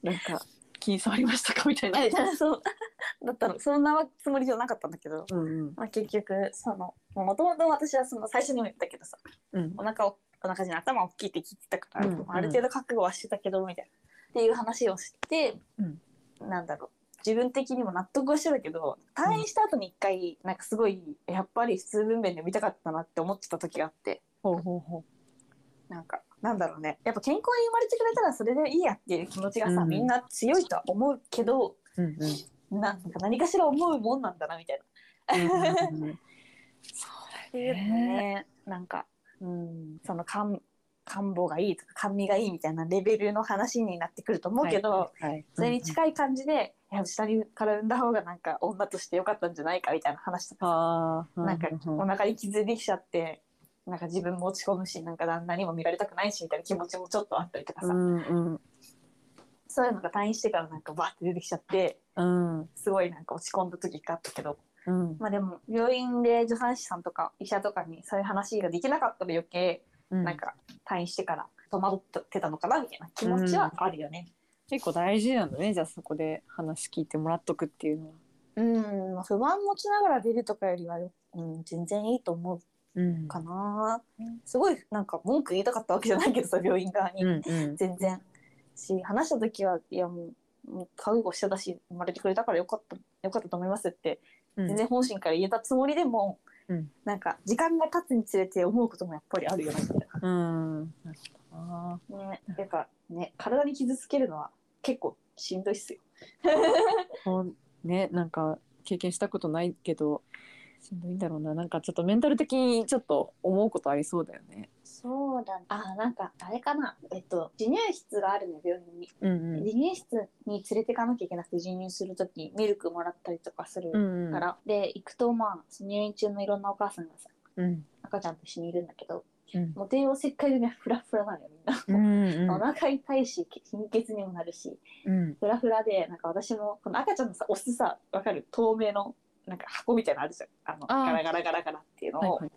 [SPEAKER 2] なんか気に障りましたかみたいな。
[SPEAKER 1] そう だったのそんなつもりじゃなかったんだけど、
[SPEAKER 2] うんうん
[SPEAKER 1] まあ、結局そのもともと私はその最初にも言ったけどさ
[SPEAKER 2] うん
[SPEAKER 1] お腹をお腹じゃない頭大きいって聞いてたから、
[SPEAKER 2] うん
[SPEAKER 1] ある程度覚悟はしてたけどみたいなっていう話をして、
[SPEAKER 2] うん
[SPEAKER 1] なんだろう自分的にも納得はしてたけど退院した後に一回なんかすごいやっぱり普通分娩で見たかったなって思ってた時があって
[SPEAKER 2] ほうほうほ
[SPEAKER 1] なんかなんだろうねやっぱ健康に生まれてくれたらそれでいいやっていう気持ちがさ、
[SPEAKER 2] うん
[SPEAKER 1] みんな強いとは思うけど
[SPEAKER 2] う。うんうん。
[SPEAKER 1] なんか何かしら思うもんなんだなみたい な。
[SPEAKER 2] そう
[SPEAKER 1] っ
[SPEAKER 2] だ
[SPEAKER 1] ていう
[SPEAKER 2] よ
[SPEAKER 1] の
[SPEAKER 2] ね。
[SPEAKER 1] ね、なんか、うん、その感感冒がいいとか甘味がいいみたいなレベルの話になってくると思うけど、
[SPEAKER 2] はいはい
[SPEAKER 1] それに近い感じで、いや下にから産んだ方がなんか女として良かったんじゃないかみたいな話とか、
[SPEAKER 2] ああ、
[SPEAKER 1] なんか
[SPEAKER 2] う
[SPEAKER 1] お腹に傷できちゃって。なんか自分も落ち込むしなんか旦那にも見られたくないしみたいな気持ちもちょっとあったりとかさ、
[SPEAKER 2] うんうん
[SPEAKER 1] そういうのが退院してからなんかバーって出てきちゃって
[SPEAKER 2] うん
[SPEAKER 1] すごいなんか落ち込んだ時があったけど
[SPEAKER 2] うん
[SPEAKER 1] まあでも病院で助産師さんとか医者とかにそういう話ができなかったら余計
[SPEAKER 2] うん。
[SPEAKER 1] なんか退院してから戸惑ってたのかなみたいな気持ちはあるよね。
[SPEAKER 2] 結構大事なんだね。じゃあそこで話聞いてもらっとくっていうのは。
[SPEAKER 1] うん、まあ不安持ちながら出るとかよりは、うん、全然いいと思
[SPEAKER 2] うん
[SPEAKER 1] うかな。すごいなんか文句言いたかったわけじゃないけどさ病院側に、
[SPEAKER 2] うんうん。
[SPEAKER 1] 全然し話した時はいやもうもう覚悟してたし生まれてくれたからよかったよかったと思いますって全然本心から言えたつもりでも、
[SPEAKER 2] うん
[SPEAKER 1] なんか時間が経つにつれて思うこともやっぱりあるよねみたいな。
[SPEAKER 2] うん。うん。なるほどな。
[SPEAKER 1] ね、やっぱね、体に傷つけるのは結構しんどいっすよ。
[SPEAKER 2] ほんねなんか経験したことないけどしんどいんだろうななんかちょっとメンタル的にちょっと思うことありそうだよね。
[SPEAKER 1] そうだ、ね、あ、なんかあれかな、えっと、授乳室があるのよ病院に。
[SPEAKER 2] うんうん。
[SPEAKER 1] 授乳室に連れてかなきゃいけなくて、授乳するときミルクもらったりとかする
[SPEAKER 2] う
[SPEAKER 1] か
[SPEAKER 2] んうん。
[SPEAKER 1] ら、で、行くとまあ、その入院中のいろんなお母さんがさ、
[SPEAKER 2] うん
[SPEAKER 1] 赤ちゃんと一緒にいるんだけど、
[SPEAKER 2] うん
[SPEAKER 1] もう帝王切開でね、フラフラなのよ、みんな。
[SPEAKER 2] ん
[SPEAKER 1] お腹痛いし、貧血にもなるし、
[SPEAKER 2] うん
[SPEAKER 1] フラフラで、なんか私も、この赤ちゃんのさ、押すさ、わかる透明の、なんか箱みたいなのあるじゃん。あの、
[SPEAKER 2] あ
[SPEAKER 1] ガラ
[SPEAKER 2] ー
[SPEAKER 1] ガラガラガラっていうのを、
[SPEAKER 2] はい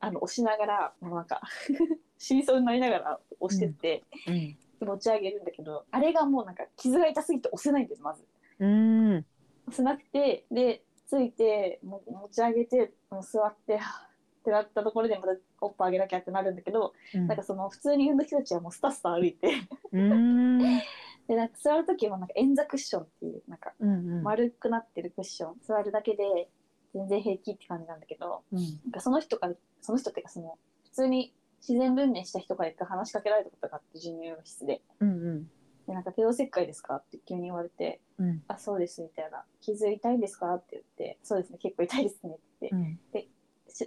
[SPEAKER 1] あの、押しながら、もうなんか、 死にそうになりながら押してって、
[SPEAKER 2] はい
[SPEAKER 1] 持ち上げるんだけど、あれがもうなんか、傷が痛すぎて押せないんです、まず。
[SPEAKER 2] うんうん
[SPEAKER 1] 押せなくて、で、ついて、もう持ち上げて、もう座って、はぁってなったところでまたおっぱいあげなきゃってなるんだけど、なんかその普通に産んだ人たちはもうスタスタ歩いて、
[SPEAKER 2] うん
[SPEAKER 1] で、なんか座るときもなんか円座クッションっていう、なんか
[SPEAKER 2] うん
[SPEAKER 1] 丸くなってるクッション座るだけで全然平気って感じなんだけど
[SPEAKER 2] うん
[SPEAKER 1] なんかその人からその人っていうかその普通に自然分娩した人から一回話しかけられたことがあって授乳室で
[SPEAKER 2] うん
[SPEAKER 1] 「でなんか帝王切開ですか?」って急に言われて
[SPEAKER 2] うん
[SPEAKER 1] 「あそうです」みたいな「傷痛いんですか?」って言って「そうですね結構痛いですね」って言
[SPEAKER 2] うん
[SPEAKER 1] って「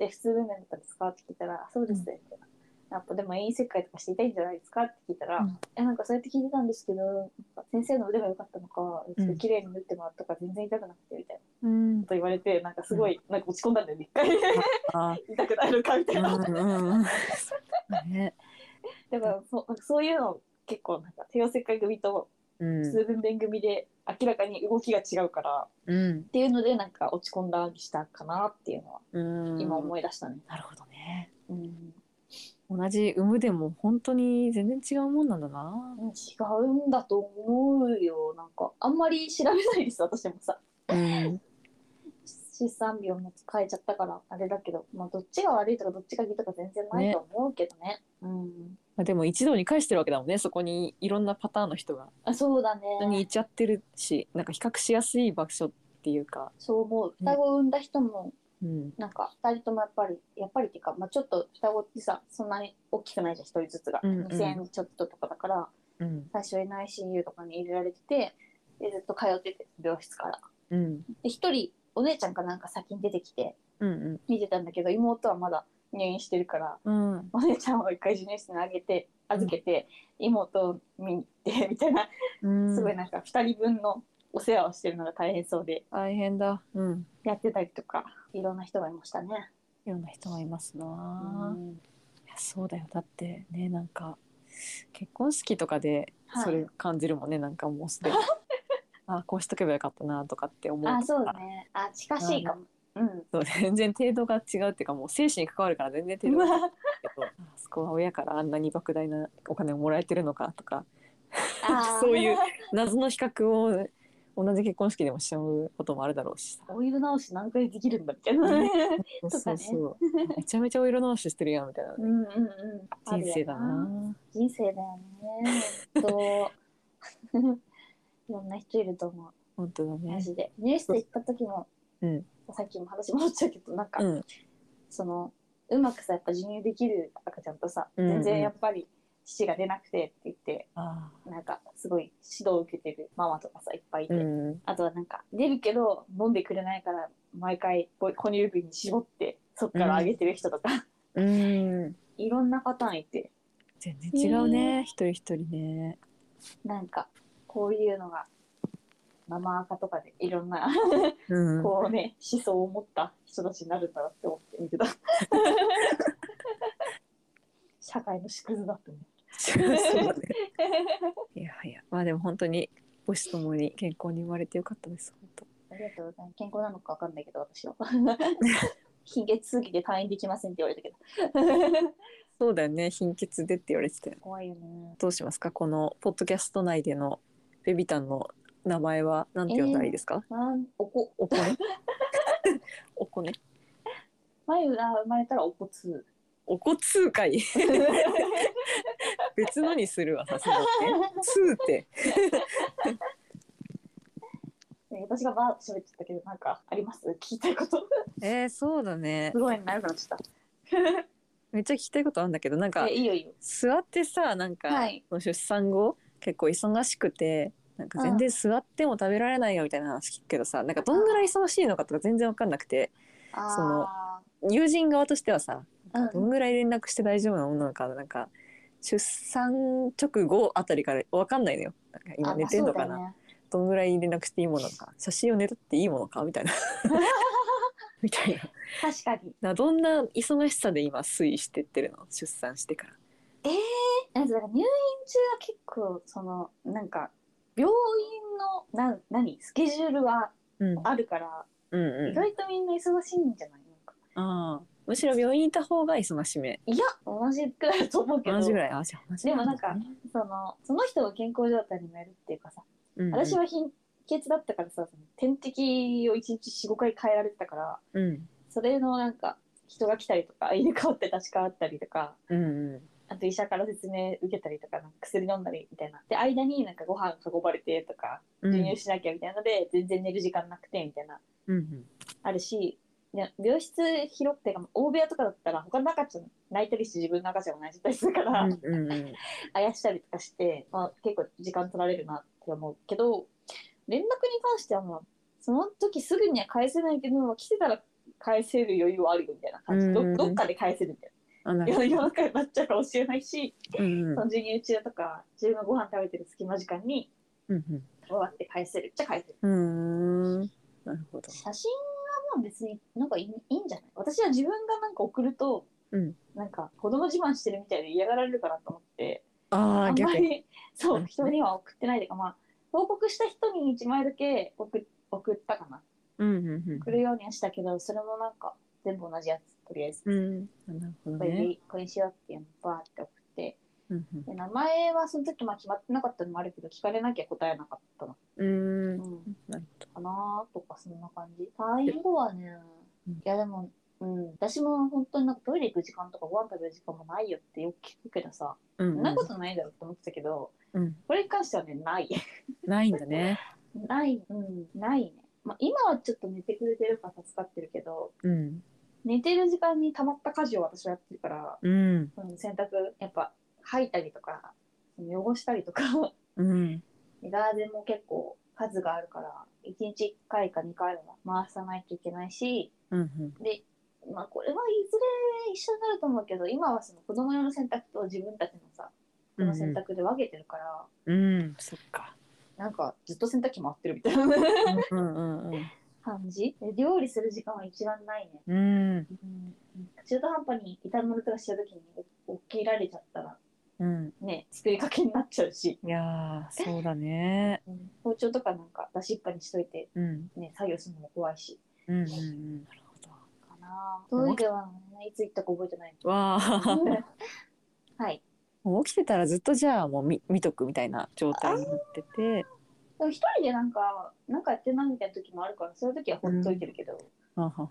[SPEAKER 1] え普通分娩だったんですか?」って聞いたらあ「そうですね」みたいな。やっぱでもいい切開とかして痛いんじゃないですかって聞いたら、
[SPEAKER 2] うん
[SPEAKER 1] えなんかそうやって聞いてたんですけどなんか先生の腕が良かったのかちょっと綺麗に縫ってもらったから全然痛くなくてみたいな
[SPEAKER 2] うん
[SPEAKER 1] と言われてなんかすごいなんか落ち込んだんだよね一回
[SPEAKER 2] あ
[SPEAKER 1] 痛くなるかみたいな、
[SPEAKER 2] うんうんね
[SPEAKER 1] だからそなんかそういうの結構なんか帝王切開組と
[SPEAKER 2] うん
[SPEAKER 1] 普通分娩組で明らかに動きが違うから、っ
[SPEAKER 2] うん
[SPEAKER 1] ていうのでなんか落ち込んだりしたかなっていうのは
[SPEAKER 2] うん
[SPEAKER 1] 今思い出したね。
[SPEAKER 2] なるほどね
[SPEAKER 1] うん
[SPEAKER 2] 同じ産むでも本当に全然違うもんなんだな
[SPEAKER 1] 違うんだと思うよなんかあんまり調べないです私もさ
[SPEAKER 2] うん
[SPEAKER 1] 出産病も変えちゃったからあれだけど、まあ、どっちが悪いとかどっちがいいとか全然ないと思うけどねうん、
[SPEAKER 2] まあでも一度に返してるわけだもんねそこにいろんなパターンの人が
[SPEAKER 1] あそうだね
[SPEAKER 2] にいっちゃってるしなんか比較しやすい場所っていうか、
[SPEAKER 1] そう思う
[SPEAKER 2] うん
[SPEAKER 1] 双子を産んだ人も
[SPEAKER 2] うん、
[SPEAKER 1] なんか2人ともやっぱりやっぱりっていうか、まあ、ちょっと双子ってさそんなに大きくないじゃん1人ずつが、
[SPEAKER 2] うんうん
[SPEAKER 1] 2000ちょっととかだから
[SPEAKER 2] うん
[SPEAKER 1] 最初いない親友とかに入れられててでずっと通ってて病室から
[SPEAKER 2] うん
[SPEAKER 1] で1人お姉ちゃんかなんか先に出てきて
[SPEAKER 2] うん
[SPEAKER 1] 見てたんだけど妹はまだ入院してるから
[SPEAKER 2] うんうん
[SPEAKER 1] お姉ちゃんを一回授乳室にあげて預けて、妹を見に行って みたいな
[SPEAKER 2] うん
[SPEAKER 1] すごいなんか2人分のお世話をしてるのが大変そうで
[SPEAKER 2] 大変だうん
[SPEAKER 1] やってたりとかいろんな人がいましたね。
[SPEAKER 2] いろんな人がいますな、
[SPEAKER 1] うん
[SPEAKER 2] いやそうだよだってねなんか結婚式とかで
[SPEAKER 1] はい
[SPEAKER 2] それ感じるもんね、なんかもうすでに あこうしとけばよかったなとかって思うから
[SPEAKER 1] あそうだねあ近しいかも。うん
[SPEAKER 2] そう全然程度が違うっていうかもう精神に関わるから全然程度が違うけどあそこは親からあんなに莫大なお金をもらえてるのかとか
[SPEAKER 1] あー
[SPEAKER 2] そういう謎の比較を同じ結婚式でもしちゃうこともあるだろうしさ。
[SPEAKER 1] オイル直し何回できるんだ みたいなね。
[SPEAKER 2] そう
[SPEAKER 1] とか
[SPEAKER 2] そ
[SPEAKER 1] ね
[SPEAKER 2] うそうめちゃめちゃお色直ししてるやんみたいな
[SPEAKER 1] うんうんうん。ある
[SPEAKER 2] 人
[SPEAKER 1] よ
[SPEAKER 2] 生だな。
[SPEAKER 1] 人生だよね。ほんと いろんな人いると思
[SPEAKER 2] 本当だ
[SPEAKER 1] う。マ
[SPEAKER 2] ね。
[SPEAKER 1] ジで。ニュースで行った時も、
[SPEAKER 2] うん
[SPEAKER 1] さっきも話戻っちゃうけど、なんか、
[SPEAKER 2] うん
[SPEAKER 1] その、うまくさ、やっぱ授乳できる赤ちゃんとさ、
[SPEAKER 2] うんうん
[SPEAKER 1] 全然やっぱり父が出なくてって言って、
[SPEAKER 2] あ
[SPEAKER 1] なんか、すごい指導を受けてるママとかさ、いっぱいい
[SPEAKER 2] ー
[SPEAKER 1] て。
[SPEAKER 2] うん
[SPEAKER 1] あとはなんか、出るけど飲んでくれないから、毎回、こう哺乳瓶に絞って、そっからあげてる人とか、
[SPEAKER 2] うん
[SPEAKER 1] いろんなパターンいて、
[SPEAKER 2] 全然違うね、一人一人ね。
[SPEAKER 1] なんかこういうのがママ垢とかでいろんな
[SPEAKER 2] うん、
[SPEAKER 1] こうね思想を持った人たちになるんだなって思って見てた 社会の縮図だったね
[SPEAKER 2] そうねいやいやまあでも本当に母子ともに健康に生まれてよかったです本当。
[SPEAKER 1] ありがとうございます健康なのかわかんないけど私は 貧血続きで退院できませんって言われたけど
[SPEAKER 2] そうだよね貧血でって言われてたよね
[SPEAKER 1] 怖いよね
[SPEAKER 2] どうしますかこのポッドキャスト内でのベビタンの名前はなんて呼んだらいいですか、
[SPEAKER 1] なんおこ
[SPEAKER 2] おこ ねおこね
[SPEAKER 1] 眉が生まれたらお こつ
[SPEAKER 2] おこ通会別のにするわさすがにね通って
[SPEAKER 1] ね私がバーッと喋っちゃったけどなんかあります聞きたいこと
[SPEAKER 2] えー、そうだね
[SPEAKER 1] すごい長くなっちゃっ
[SPEAKER 2] めっちゃ聞きたいことあるんだけどなん
[SPEAKER 1] た
[SPEAKER 2] か
[SPEAKER 1] えいいよいいよ
[SPEAKER 2] 座ってさなんか、
[SPEAKER 1] はい
[SPEAKER 2] その出産後結構忙しくてなんか全然座っても食べられないよみたいな話聞くけどさなんかどんぐらい忙しいのかとか全然分かんなくてその
[SPEAKER 1] あ
[SPEAKER 2] 友人側としてはさ
[SPEAKER 1] ーうん
[SPEAKER 2] どんぐらい連絡して大丈夫なものなのかなんか出産直後あたりから分かんないのよなんか今
[SPEAKER 1] あ
[SPEAKER 2] 寝てんのか
[SPEAKER 1] ま
[SPEAKER 2] な、
[SPEAKER 1] あそうだね
[SPEAKER 2] どんぐらい連絡していいものか写真をねだっていいものかみた いなみたいな
[SPEAKER 1] 確かに。
[SPEAKER 2] などんな忙しさで今推移してってるの出産してから。
[SPEAKER 1] なんかだから入院中は結構そのなんか病院のなん何スケジュールは
[SPEAKER 2] うん、
[SPEAKER 1] あるから、
[SPEAKER 2] うんう
[SPEAKER 1] 意
[SPEAKER 2] ん
[SPEAKER 1] 外とみんな忙しいんじゃないなんか
[SPEAKER 2] ああむしろ病院にいた方が忙しめ
[SPEAKER 1] いや同じくらいだと思うけど
[SPEAKER 2] 同じぐらいあじゃあ同じだ
[SPEAKER 1] でもなんそのその人の健康状態にもよるっていうかさ、
[SPEAKER 2] うんうん、
[SPEAKER 1] 私は貧血だったからさその点滴を1日45回変えられてたから
[SPEAKER 2] うん
[SPEAKER 1] それのなんか人が来たりとか入れ替わって立ち替わったりとか。
[SPEAKER 2] うんうん
[SPEAKER 1] あと医者から説明受けたりとかなんか薬飲んだりみたいなで間になんかご飯運ばれてとか
[SPEAKER 2] うん
[SPEAKER 1] 授乳しなきゃみたいなので、全然寝る時間なくてみたいな
[SPEAKER 2] うん
[SPEAKER 1] あるしで病室広くてか大部屋とかだったら他の赤ちゃん泣いたりして自分の赤ちゃんも泣いちゃったりするから、
[SPEAKER 2] うんうんうん
[SPEAKER 1] あやしたりとかして、まあ、結構時間取られるなって思うけど連絡に関してはまあその時すぐには返せないけど来てたら返せる余裕はあるよみたいな感じ、ど
[SPEAKER 2] うん
[SPEAKER 1] どっかで返せるみたい
[SPEAKER 2] あなるほ
[SPEAKER 1] な世の中になっちゃうかもしれないし、
[SPEAKER 2] どうんうん
[SPEAKER 1] その授乳中とか自分がご飯食べてる隙間時間に
[SPEAKER 2] うん
[SPEAKER 1] 終わって返せるっちゃ返せる。
[SPEAKER 2] うんうーんなるほど
[SPEAKER 1] 写真はもう別になんかいいいいんじゃない私は自分がなんか送ると、
[SPEAKER 2] うん
[SPEAKER 1] なんか子供自慢してるみたいで嫌がられるかなと思ってあ
[SPEAKER 2] ああ
[SPEAKER 1] んま
[SPEAKER 2] 逆に
[SPEAKER 1] りそううん人には送ってないというかまあ報告した人に1枚だけ送送ったかな
[SPEAKER 2] うんうん
[SPEAKER 1] 送るようにはしたけどそれもなんか全部同じやつとりあえず。
[SPEAKER 2] うんうんなるほど
[SPEAKER 1] これで
[SPEAKER 2] ね
[SPEAKER 1] いいこれにしようっていうのをバーって送って
[SPEAKER 2] うんうん
[SPEAKER 1] で名前はその時まあ決まってなかったのもあるけど聞かれなきゃ答えなかったの、
[SPEAKER 2] うーん
[SPEAKER 1] うん、
[SPEAKER 2] なる
[SPEAKER 1] か
[SPEAKER 2] ほど
[SPEAKER 1] なとかそんな感じ退院後はね
[SPEAKER 2] うん
[SPEAKER 1] いやでも、うん、私も本当になんかトイレ行く時間とかご飯食べる時間もないよってよく聞くけどさ、
[SPEAKER 2] うん
[SPEAKER 1] そんなことないだろうって思ってたけど
[SPEAKER 2] うん
[SPEAKER 1] これに関してはねない
[SPEAKER 2] ないんだね
[SPEAKER 1] ない、うん、ないね、まあ、今はちょっと寝てくれてるから助かってるけど
[SPEAKER 2] うん
[SPEAKER 1] 寝てる時間にたまった家事を私はやってるから、
[SPEAKER 2] うん
[SPEAKER 1] うん、洗濯やっぱ吐いたりとか汚したりとか
[SPEAKER 2] うん
[SPEAKER 1] ガーゼも結構数があるから1日1回か2回は回さないといけないし
[SPEAKER 2] うんうん
[SPEAKER 1] で、まあ、これはいずれ一緒になると思うけど今はその子供用の洗濯と自分たちのさこの洗濯で分けてるから、
[SPEAKER 2] うんそっか
[SPEAKER 1] なんかずっと洗濯機回ってるみたいな
[SPEAKER 2] うんうんうん
[SPEAKER 1] 感じで料理する時間は一番ないね、
[SPEAKER 2] うん
[SPEAKER 1] うん、中途半端に炒め物とかした時に起きられちゃったら
[SPEAKER 2] うん
[SPEAKER 1] ね作りかけになっちゃうし、
[SPEAKER 2] いやーそうだね
[SPEAKER 1] 包丁とかなんか出しっぱにしといて
[SPEAKER 2] うん
[SPEAKER 1] ね作業するのも怖いし
[SPEAKER 2] うんうんうんなるほ
[SPEAKER 1] かなトイレは、ね、いつ行ったか覚えてない
[SPEAKER 2] どわあ
[SPEAKER 1] はい
[SPEAKER 2] もう起きてたらずっとじゃあもう見見とくみたいな状態になってて
[SPEAKER 1] でも一人でなんかなんかやってないみたいな時もあるからそういう時はほっといてるけど、
[SPEAKER 2] ははは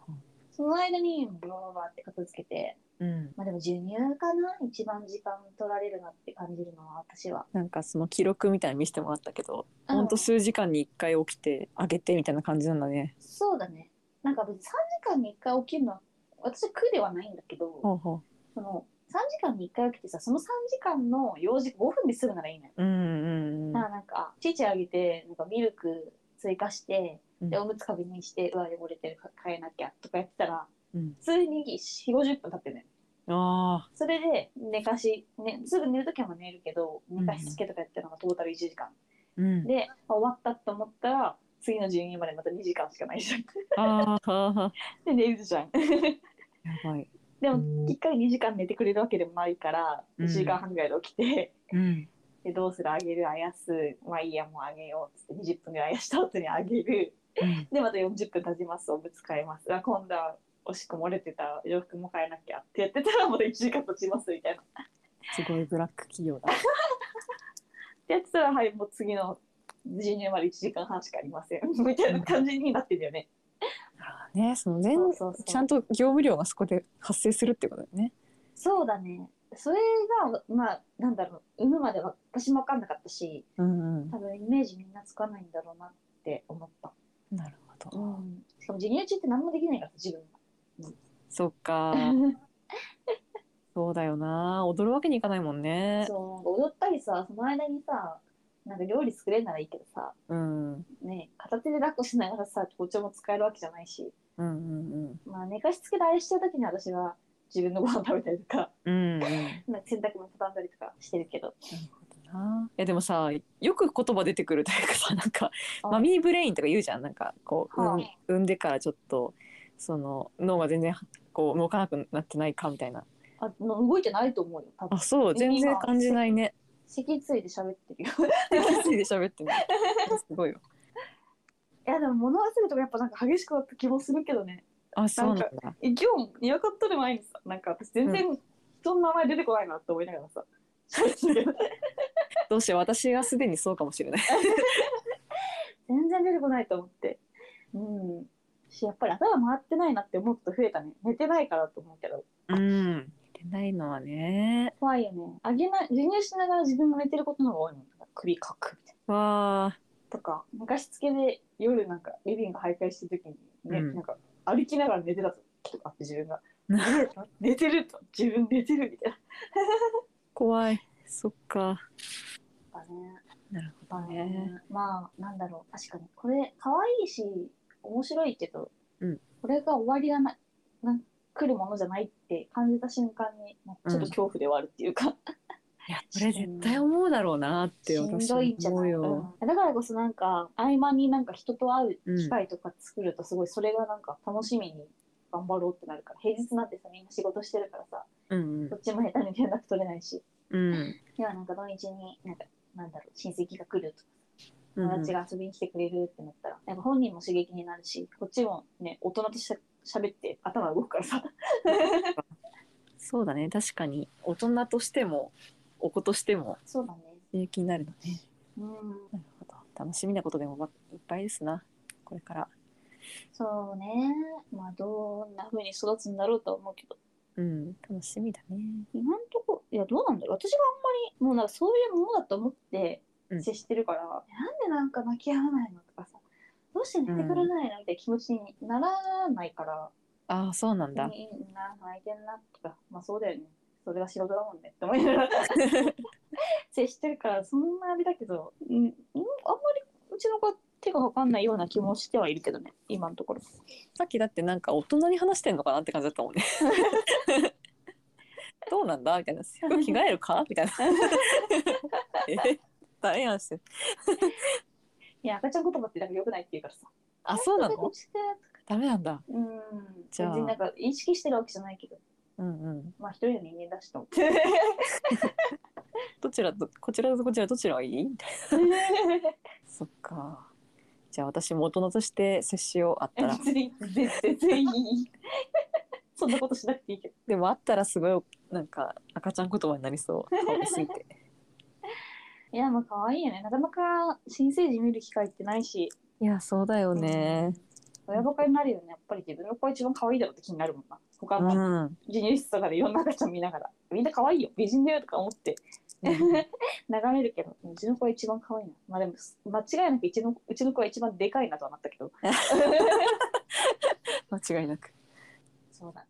[SPEAKER 1] その間にブワーバーって片付けて
[SPEAKER 2] うん
[SPEAKER 1] まあでも授乳かな一番時間取られるなって感じるのは私は
[SPEAKER 2] なんかその記録みたいなの見せてもらったけど、ほんと
[SPEAKER 1] うん
[SPEAKER 2] 数時間に一回起きてあげてみたいな感じなんだね。
[SPEAKER 1] そうだねなんか別に3時間に1回起きるのは私は苦ではないんだけど、
[SPEAKER 2] ほうほ
[SPEAKER 1] その3時間に1回起きてさその3時間の用事5分でするならいいのよ、
[SPEAKER 2] う。うんうん
[SPEAKER 1] まあなんか父あげてなんかミルク追加して
[SPEAKER 2] うん
[SPEAKER 1] でおむつ確認してうわ汚れてるか変えなきゃとかやってたら
[SPEAKER 2] うん。
[SPEAKER 1] 普通に4 5 0分経ってね
[SPEAKER 2] ああ。
[SPEAKER 1] それで寝かし、ね、すぐ寝るときは寝るけど寝かしつけとかやってるのがトータル1時間、
[SPEAKER 2] うん。
[SPEAKER 1] であ終わったと思ったら次の12までまた2時間しかないじゃん
[SPEAKER 2] ああ。はは
[SPEAKER 1] で寝るじゃん
[SPEAKER 2] やばい。
[SPEAKER 1] でもきっかり2時間寝てくれるわけでもないから
[SPEAKER 2] うん
[SPEAKER 1] 1時間半ぐらいで起きて、
[SPEAKER 2] うん。
[SPEAKER 1] でどうするあげるあやすまあいいやもうあげようっつって20分ぐらいあやした後にあげる
[SPEAKER 2] うん
[SPEAKER 1] でまた40分経ちますおむつ替えますあ今度はおしっこ漏れてた洋服も変えなきゃってやってたらまた1時間経ちますみたいな
[SPEAKER 2] すごいブラック企業だ。
[SPEAKER 1] でやってたらはいもう次の授乳まで1時間半しかありませんみたいな感じになってんだよね。
[SPEAKER 2] ね、その全
[SPEAKER 1] そうそうそう
[SPEAKER 2] ちゃんと業務量がそこで発生するってことだよね。
[SPEAKER 1] そうだねそれがまあなんだろう産むまでは私も分かんなかったし
[SPEAKER 2] うんうん
[SPEAKER 1] 多。分イメージみんなつかないんだろうなって思った、
[SPEAKER 2] なるほど。
[SPEAKER 1] ん、しかも授乳中って何もできないから自分
[SPEAKER 2] そっか。そうだよな。踊るわけにいかないもん
[SPEAKER 1] が
[SPEAKER 2] ね。
[SPEAKER 1] そうなんか踊ったりさその間にさなんか料理作れるならいいけどさ
[SPEAKER 2] うん。うん
[SPEAKER 1] ね片手で抱っこしながらさ包丁も使えるわけじゃないし
[SPEAKER 2] うん
[SPEAKER 1] まあ寝かしつけであれしてる時に私は自分のご飯食べたりとか
[SPEAKER 2] うん。うんうん。
[SPEAKER 1] まあ洗濯も畳んだりとかしてるけど
[SPEAKER 2] なるほどな。いやでもさよく言葉出てくるというかさなんか
[SPEAKER 1] あ
[SPEAKER 2] マミーブレインとか言うじゃんなんかこう、
[SPEAKER 1] はあ
[SPEAKER 2] うん産んでからちょっとその脳が全然こう動かなくなってないかみたいな
[SPEAKER 1] あの動いてないと思うよ多分
[SPEAKER 2] あそう全然感じない ね
[SPEAKER 1] 脊椎で喋ってるよ
[SPEAKER 2] ついで喋ってるすごいよ
[SPEAKER 1] いやでも物忘れとかやっぱなんか激しくなった気もするけどね
[SPEAKER 2] あそうなんだ
[SPEAKER 1] え今日リアカットで前にさなんか私全然人の名前出てこないなって思いながら さ、
[SPEAKER 2] どうしよう私がすでにそうかもしれない
[SPEAKER 1] 全然出てこないと思ってうんしやっぱり頭回ってないなって思うこと増えたね寝てないからと思うけど
[SPEAKER 2] うん出ないのはね
[SPEAKER 1] 怖いよねあげない授乳しながら自分が寝てることの方が多いもん首かくみたいな
[SPEAKER 2] わあ
[SPEAKER 1] とか寝かしつけで夜なんかリビング徘徊してる時にね、
[SPEAKER 2] うん
[SPEAKER 1] なんか歩きながら寝てたとかって自 分が寝てると自分寝てるみたいな
[SPEAKER 2] 怖いそっか
[SPEAKER 1] あね
[SPEAKER 2] なる
[SPEAKER 1] ほ
[SPEAKER 2] どね
[SPEAKER 1] まあなんだろう確かにこれ可愛いし面白いけど、
[SPEAKER 2] うん
[SPEAKER 1] これが終わりがななん来るものじゃないって感じた瞬間に、まあちょっと恐怖ではあるっていうか、
[SPEAKER 2] いやこれ絶対思うだろうなって
[SPEAKER 1] しん
[SPEAKER 2] 私
[SPEAKER 1] ど
[SPEAKER 2] はい
[SPEAKER 1] んじゃ
[SPEAKER 2] 思
[SPEAKER 1] な
[SPEAKER 2] う
[SPEAKER 1] い、
[SPEAKER 2] よ、
[SPEAKER 1] うんだからこそなんか合間になんか人と会う機会とか作るとすごいそれがなんか楽しみに頑張ろうってなるから平日なんてさみんな仕事してるからさ
[SPEAKER 2] うん
[SPEAKER 1] どっちも下手に連絡取れないし
[SPEAKER 2] うんうん
[SPEAKER 1] いやなんか土日になんかなんだろう親戚が来るとか
[SPEAKER 2] うん
[SPEAKER 1] 友達が遊びに来てくれるってなったら、やっぱ本人も刺激になるしこっちもね大人として喋って頭動くからさ
[SPEAKER 2] そうだね確かに大人としてもお子としても
[SPEAKER 1] そうだね
[SPEAKER 2] 刺激になるのね
[SPEAKER 1] うん
[SPEAKER 2] なるほど楽しみなことでもまいっぱいですなこれから
[SPEAKER 1] そうねまあどんな風に育つんだろうとは思うけど
[SPEAKER 2] うん楽しみだね
[SPEAKER 1] 今んとこいやどうなんだろう私があんまりもうなんかそういうものだと思って
[SPEAKER 2] うん
[SPEAKER 1] 接してるから、なんでなんか泣き止まないのとかさどうして寝てくれないのみたいな気持ちにならないから、
[SPEAKER 2] ああそうなんだ、
[SPEAKER 1] にな泣いてんなとかまあそうだよねそれが仕事だもんねって思いなが ら接してるからそんなあれだけど、うん、あんまりうちの子はけが分かんないような気もしてはいるけどね今のところ
[SPEAKER 2] さっきだってなんか大人に話してんのかなって感じだったもん ね。どうなんだみ たいな。服着替えるかみた いな。え大変して。
[SPEAKER 1] いや赤ちゃん言葉ってなんか良くないって言うからさ
[SPEAKER 2] あ、そうな
[SPEAKER 1] なんと
[SPEAKER 2] の
[SPEAKER 1] かして
[SPEAKER 2] ダメなんだ。
[SPEAKER 1] うん
[SPEAKER 2] じゃあ
[SPEAKER 1] 全然なんか意識してるわけじゃないけど
[SPEAKER 2] うんうん。
[SPEAKER 1] まあ一人の人間だしと思って
[SPEAKER 2] どちらと、こちらとこちらどちらがいいみたいな。そっか。じゃあ私も大人として接しようあ ったら。
[SPEAKER 1] 別に全然全員い いそんなことしなくていいけど
[SPEAKER 2] でもあったらすごい、なんか赤ちゃん言葉になりそう。可愛すぎて。
[SPEAKER 1] いやまあ可愛いよねなかなか新生児見る機会ってないし
[SPEAKER 2] いや、そうだよね。
[SPEAKER 1] 親バカになるよねやっぱり自分の子が一番可愛いだろうって気になるもんな他
[SPEAKER 2] う
[SPEAKER 1] の
[SPEAKER 2] ん。
[SPEAKER 1] 授乳室とかでいろんな赤ちゃん見ながらみんな可愛いよ美人だよとか思 って
[SPEAKER 2] うん
[SPEAKER 1] 眺めるけどうちの子は一番可愛いなまあでも間違いなくうちのうちの子は一番でかいなとはなった けど
[SPEAKER 2] 間違いなく。
[SPEAKER 1] そうだ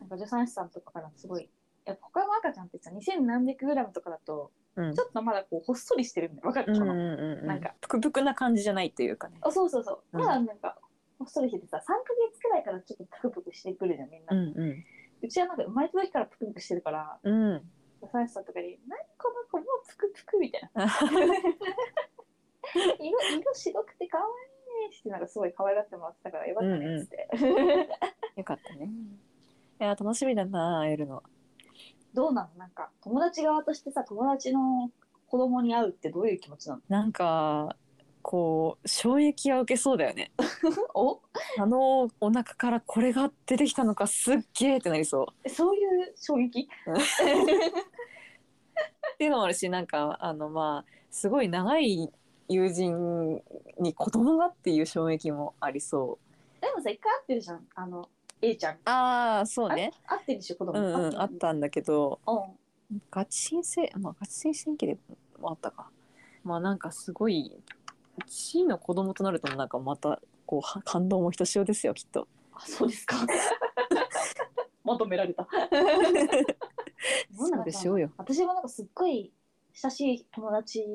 [SPEAKER 1] なんか助産師さんとかからすごいやっぱ他の赤ちゃんってさ2000何百グラムとかだと
[SPEAKER 2] うん
[SPEAKER 1] ち。ょっとまだこうほっそりしてるんだよわかる
[SPEAKER 2] うん
[SPEAKER 1] か
[SPEAKER 2] う
[SPEAKER 1] な、
[SPEAKER 2] んうん。
[SPEAKER 1] なんか
[SPEAKER 2] ぷくぷくな感じじゃないというかね。
[SPEAKER 1] あそうそうそう
[SPEAKER 2] うん
[SPEAKER 1] まだなんかほっそりしててさ3ヶ月くらいからちょっとプクプクしてくるじゃんみんな、
[SPEAKER 2] う
[SPEAKER 1] うんちはなんか生まれた時からプクプクしてるから
[SPEAKER 2] うん。うん。
[SPEAKER 1] 助産師さんとかに「何この子もうプクプク」みたいな 色色白くて可愛いねってなんかすごい可愛がってもらってたからよかったねっつって、
[SPEAKER 2] よかったね。いや、楽しみだな、会えるの。
[SPEAKER 1] どうなのなんか友達側としてさ友達の子供に会うってどういう気持ちなの
[SPEAKER 2] なんか、こう、衝撃は受けそうだよね。
[SPEAKER 1] お
[SPEAKER 2] あのお腹からこれが出てきたのか、すっげーってなりそう。
[SPEAKER 1] そういう衝撃
[SPEAKER 2] っていうのもあるし、なんか、あの、まあ、すごい長い友人に子供がっていう衝撃もありそう。
[SPEAKER 1] でもさ一回会ってるじゃんあの A ちゃん
[SPEAKER 2] ああ、そうね。
[SPEAKER 1] 会ってるでしょ子供
[SPEAKER 2] うんうん、あ
[SPEAKER 1] 会
[SPEAKER 2] って
[SPEAKER 1] る
[SPEAKER 2] たんだけど、
[SPEAKER 1] うん
[SPEAKER 2] ガチ申請、まあ、ガチ申請期でもあったか。まあ、なんかすごい、地位の子供となると、なんかまた、こうは、感動もひとしおですよ、きっと。
[SPEAKER 1] あそうです か。まとめられた。
[SPEAKER 2] そうでしょうよ。
[SPEAKER 1] 私もなんかすっごい親しい友達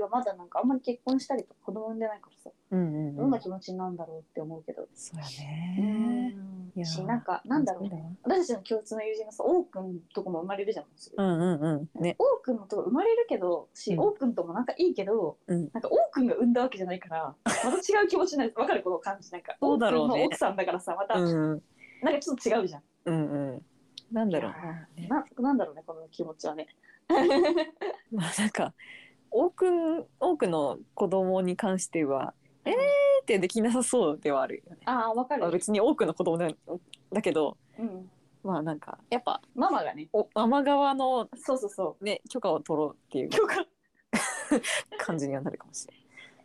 [SPEAKER 1] はまだなんかあんまり結婚したりとか子供産んでないからさ、
[SPEAKER 2] うん
[SPEAKER 1] どんな気持ちになるんだろうって思うけど。
[SPEAKER 2] そうやね。いや
[SPEAKER 1] しなんかなんだろうね。私たちの共通の友人がさ、王くんとこも生まれるじゃん。すぐ
[SPEAKER 2] うんうんうん。ね。
[SPEAKER 1] 王くんのとこ生まれるけど、し、
[SPEAKER 2] うん
[SPEAKER 1] 王くんともなんかいいけど、
[SPEAKER 2] うん
[SPEAKER 1] なんか王くんが産んだわけじゃないから、また違う気持ちになる。わかるこの感じなんか。
[SPEAKER 2] そうだろう
[SPEAKER 1] 王く
[SPEAKER 2] ね
[SPEAKER 1] んの奥さんだからさ、また
[SPEAKER 2] う
[SPEAKER 1] なん
[SPEAKER 2] んうん。
[SPEAKER 1] かちょっと違うじゃん。
[SPEAKER 2] うんうん。なんだろう
[SPEAKER 1] い。やーななんだろうねこの気持ちはね。
[SPEAKER 2] まあ、なんか、多くん、多くの子供に関しては、えーってできなさそうではあるよね。
[SPEAKER 1] ああわか
[SPEAKER 2] まあ、
[SPEAKER 1] る。
[SPEAKER 2] 別に多くの子供だだけど、
[SPEAKER 1] うん。
[SPEAKER 2] まあなんか、やっぱ、
[SPEAKER 1] ママがね。
[SPEAKER 2] おママ側の
[SPEAKER 1] そうそうそ
[SPEAKER 2] ね、許可を取ろうっていう
[SPEAKER 1] う。 許可。
[SPEAKER 2] 感じにはなるかもし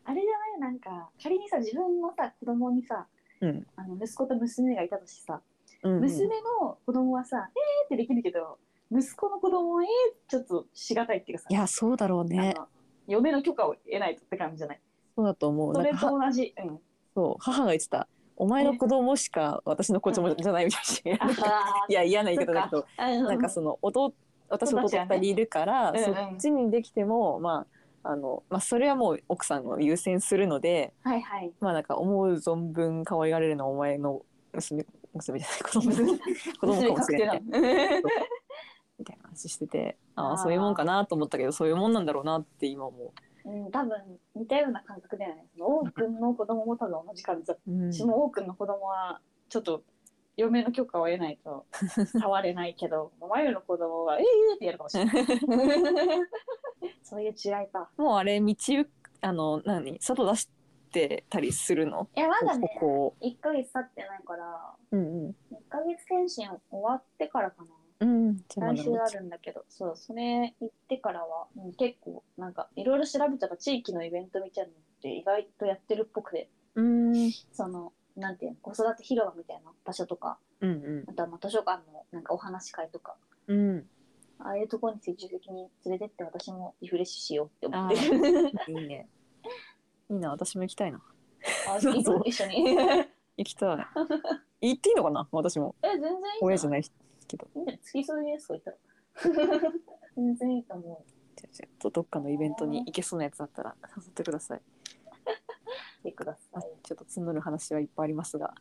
[SPEAKER 1] あれじゃないなんか仮にさ自分のさ子供にさ、
[SPEAKER 2] うん
[SPEAKER 1] あの息子と娘がいたとしてさ、
[SPEAKER 2] れない。
[SPEAKER 1] 娘の子供はさえーってできるけど息子の子供はえーってちょっとしがたいっていうかさ。
[SPEAKER 2] いや、そうだろうね
[SPEAKER 1] あ。の嫁の許可を得ないとって感じじゃない。
[SPEAKER 2] そうだと思う。
[SPEAKER 1] そ
[SPEAKER 2] なん
[SPEAKER 1] れ
[SPEAKER 2] か
[SPEAKER 1] と
[SPEAKER 2] は
[SPEAKER 1] 同じ。うん。
[SPEAKER 2] そう母が言ってた。お前の子供しか私の子供じゃないみたい
[SPEAKER 1] あ
[SPEAKER 2] な。いや嫌な言い方だけど、
[SPEAKER 1] ー
[SPEAKER 2] なんかその弟私弟二人いるから、
[SPEAKER 1] うんうん
[SPEAKER 2] そっちにできてもまああのまあそれはもう奥さんを優先するので、
[SPEAKER 1] はいはい。
[SPEAKER 2] まあなんか思う存分可愛がれるのはお前の娘娘じゃない子 供子供かもしれない
[SPEAKER 1] 娘確定なの
[SPEAKER 2] みたいな話してて、あ
[SPEAKER 1] あ
[SPEAKER 2] あ
[SPEAKER 1] ー
[SPEAKER 2] そういうもんかなと思ったけどそういうもんなんだろうなって今も。
[SPEAKER 1] うん、多分似たような感覚だよね。その王くんの子供も多分同じ感じだっ
[SPEAKER 2] うん
[SPEAKER 1] た。し、も王くんの子供はちょっと嫁の許可を得ない と触れないけど、お前らの子供はええってやるかもしれ ない。そういう違いか。
[SPEAKER 2] もうあれ道行くあの何外出してたりするの？
[SPEAKER 1] いやまだね
[SPEAKER 2] こ、こ。
[SPEAKER 1] 一ヶ月経ってないから、
[SPEAKER 2] うんうん。
[SPEAKER 1] 一ヶ月検診終わってからかな。
[SPEAKER 2] うん。じゃあま
[SPEAKER 1] 来
[SPEAKER 2] だ
[SPEAKER 1] 週あるんだけど、そう、それ行ってからは、うん、結構なんかいろいろ調べたら地域のイベントみたいなのって意外とやってるっぽくて、
[SPEAKER 2] うん。うん
[SPEAKER 1] その、なんていうの、子育て広場みたいな場所とか、
[SPEAKER 2] うん
[SPEAKER 1] あとはまあ図書館のなんかお話会とか、
[SPEAKER 2] うん。
[SPEAKER 1] ああいうところに積極的に連れてって私もリフレッシュしようって思
[SPEAKER 2] あ
[SPEAKER 1] っ
[SPEAKER 2] あ
[SPEAKER 1] てる。
[SPEAKER 2] いいね。いいな私も行きたいな。
[SPEAKER 1] あ
[SPEAKER 2] そう
[SPEAKER 1] 行く一緒に。え、
[SPEAKER 2] 行きたい。行っていいのかな私も。
[SPEAKER 1] 全然いい
[SPEAKER 2] 親じゃ
[SPEAKER 1] ない
[SPEAKER 2] ないけど。
[SPEAKER 1] いいんじゃない付き添いですか言ったら。 全然いいと思う。
[SPEAKER 2] じゃあちょっとどっかのイベントに行けそうなやつだったら誘ってください。
[SPEAKER 1] てくだ
[SPEAKER 2] ま
[SPEAKER 1] さ
[SPEAKER 2] あ
[SPEAKER 1] い。
[SPEAKER 2] ちょっと募る話はいっぱいありますが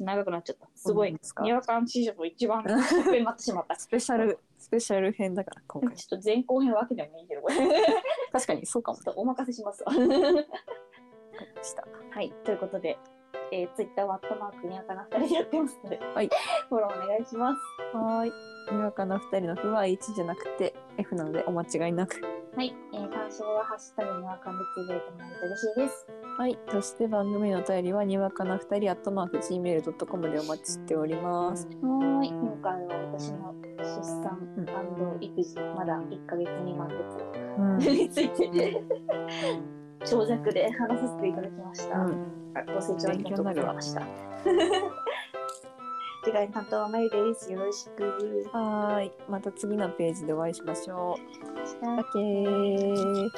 [SPEAKER 1] 長くなっちゃった。すご
[SPEAKER 2] どう
[SPEAKER 1] い
[SPEAKER 2] なんで。すか
[SPEAKER 1] にわかん史上一 番上になってしまった。
[SPEAKER 2] スペシャルスペシャル編だから今
[SPEAKER 1] ちょ
[SPEAKER 2] 回
[SPEAKER 1] っと前後編分けてもいいけど、これ。ちょ
[SPEAKER 2] 確かにそうかも
[SPEAKER 1] っとお任せし ますわ。
[SPEAKER 2] でした
[SPEAKER 1] はい、ということで、えー、ツイッターはアットマークにわかな2人でやってますので、
[SPEAKER 2] はい、
[SPEAKER 1] フォローお願いします。
[SPEAKER 2] はーいにわかな二人の「不は1じゃなくて F なのでお間違いなく
[SPEAKER 1] はい、えー、感想はハッシュタグにわかんでつぶやいてもらえると嬉しいです。
[SPEAKER 2] はいそして番組のお便りはにわかな二人アットマーク Gmail.com でお待ちしております
[SPEAKER 1] はーい、今回は私の出
[SPEAKER 2] う
[SPEAKER 1] 産育児、まだ1ヶ月未満です。
[SPEAKER 2] うん、
[SPEAKER 1] について、長尺で話させていただきました。あご清聴ありがとうございました。 次回担当はまゆです。よろしく。
[SPEAKER 2] はーいまた次のページでお会いしましょう
[SPEAKER 1] じゃあ
[SPEAKER 2] だけー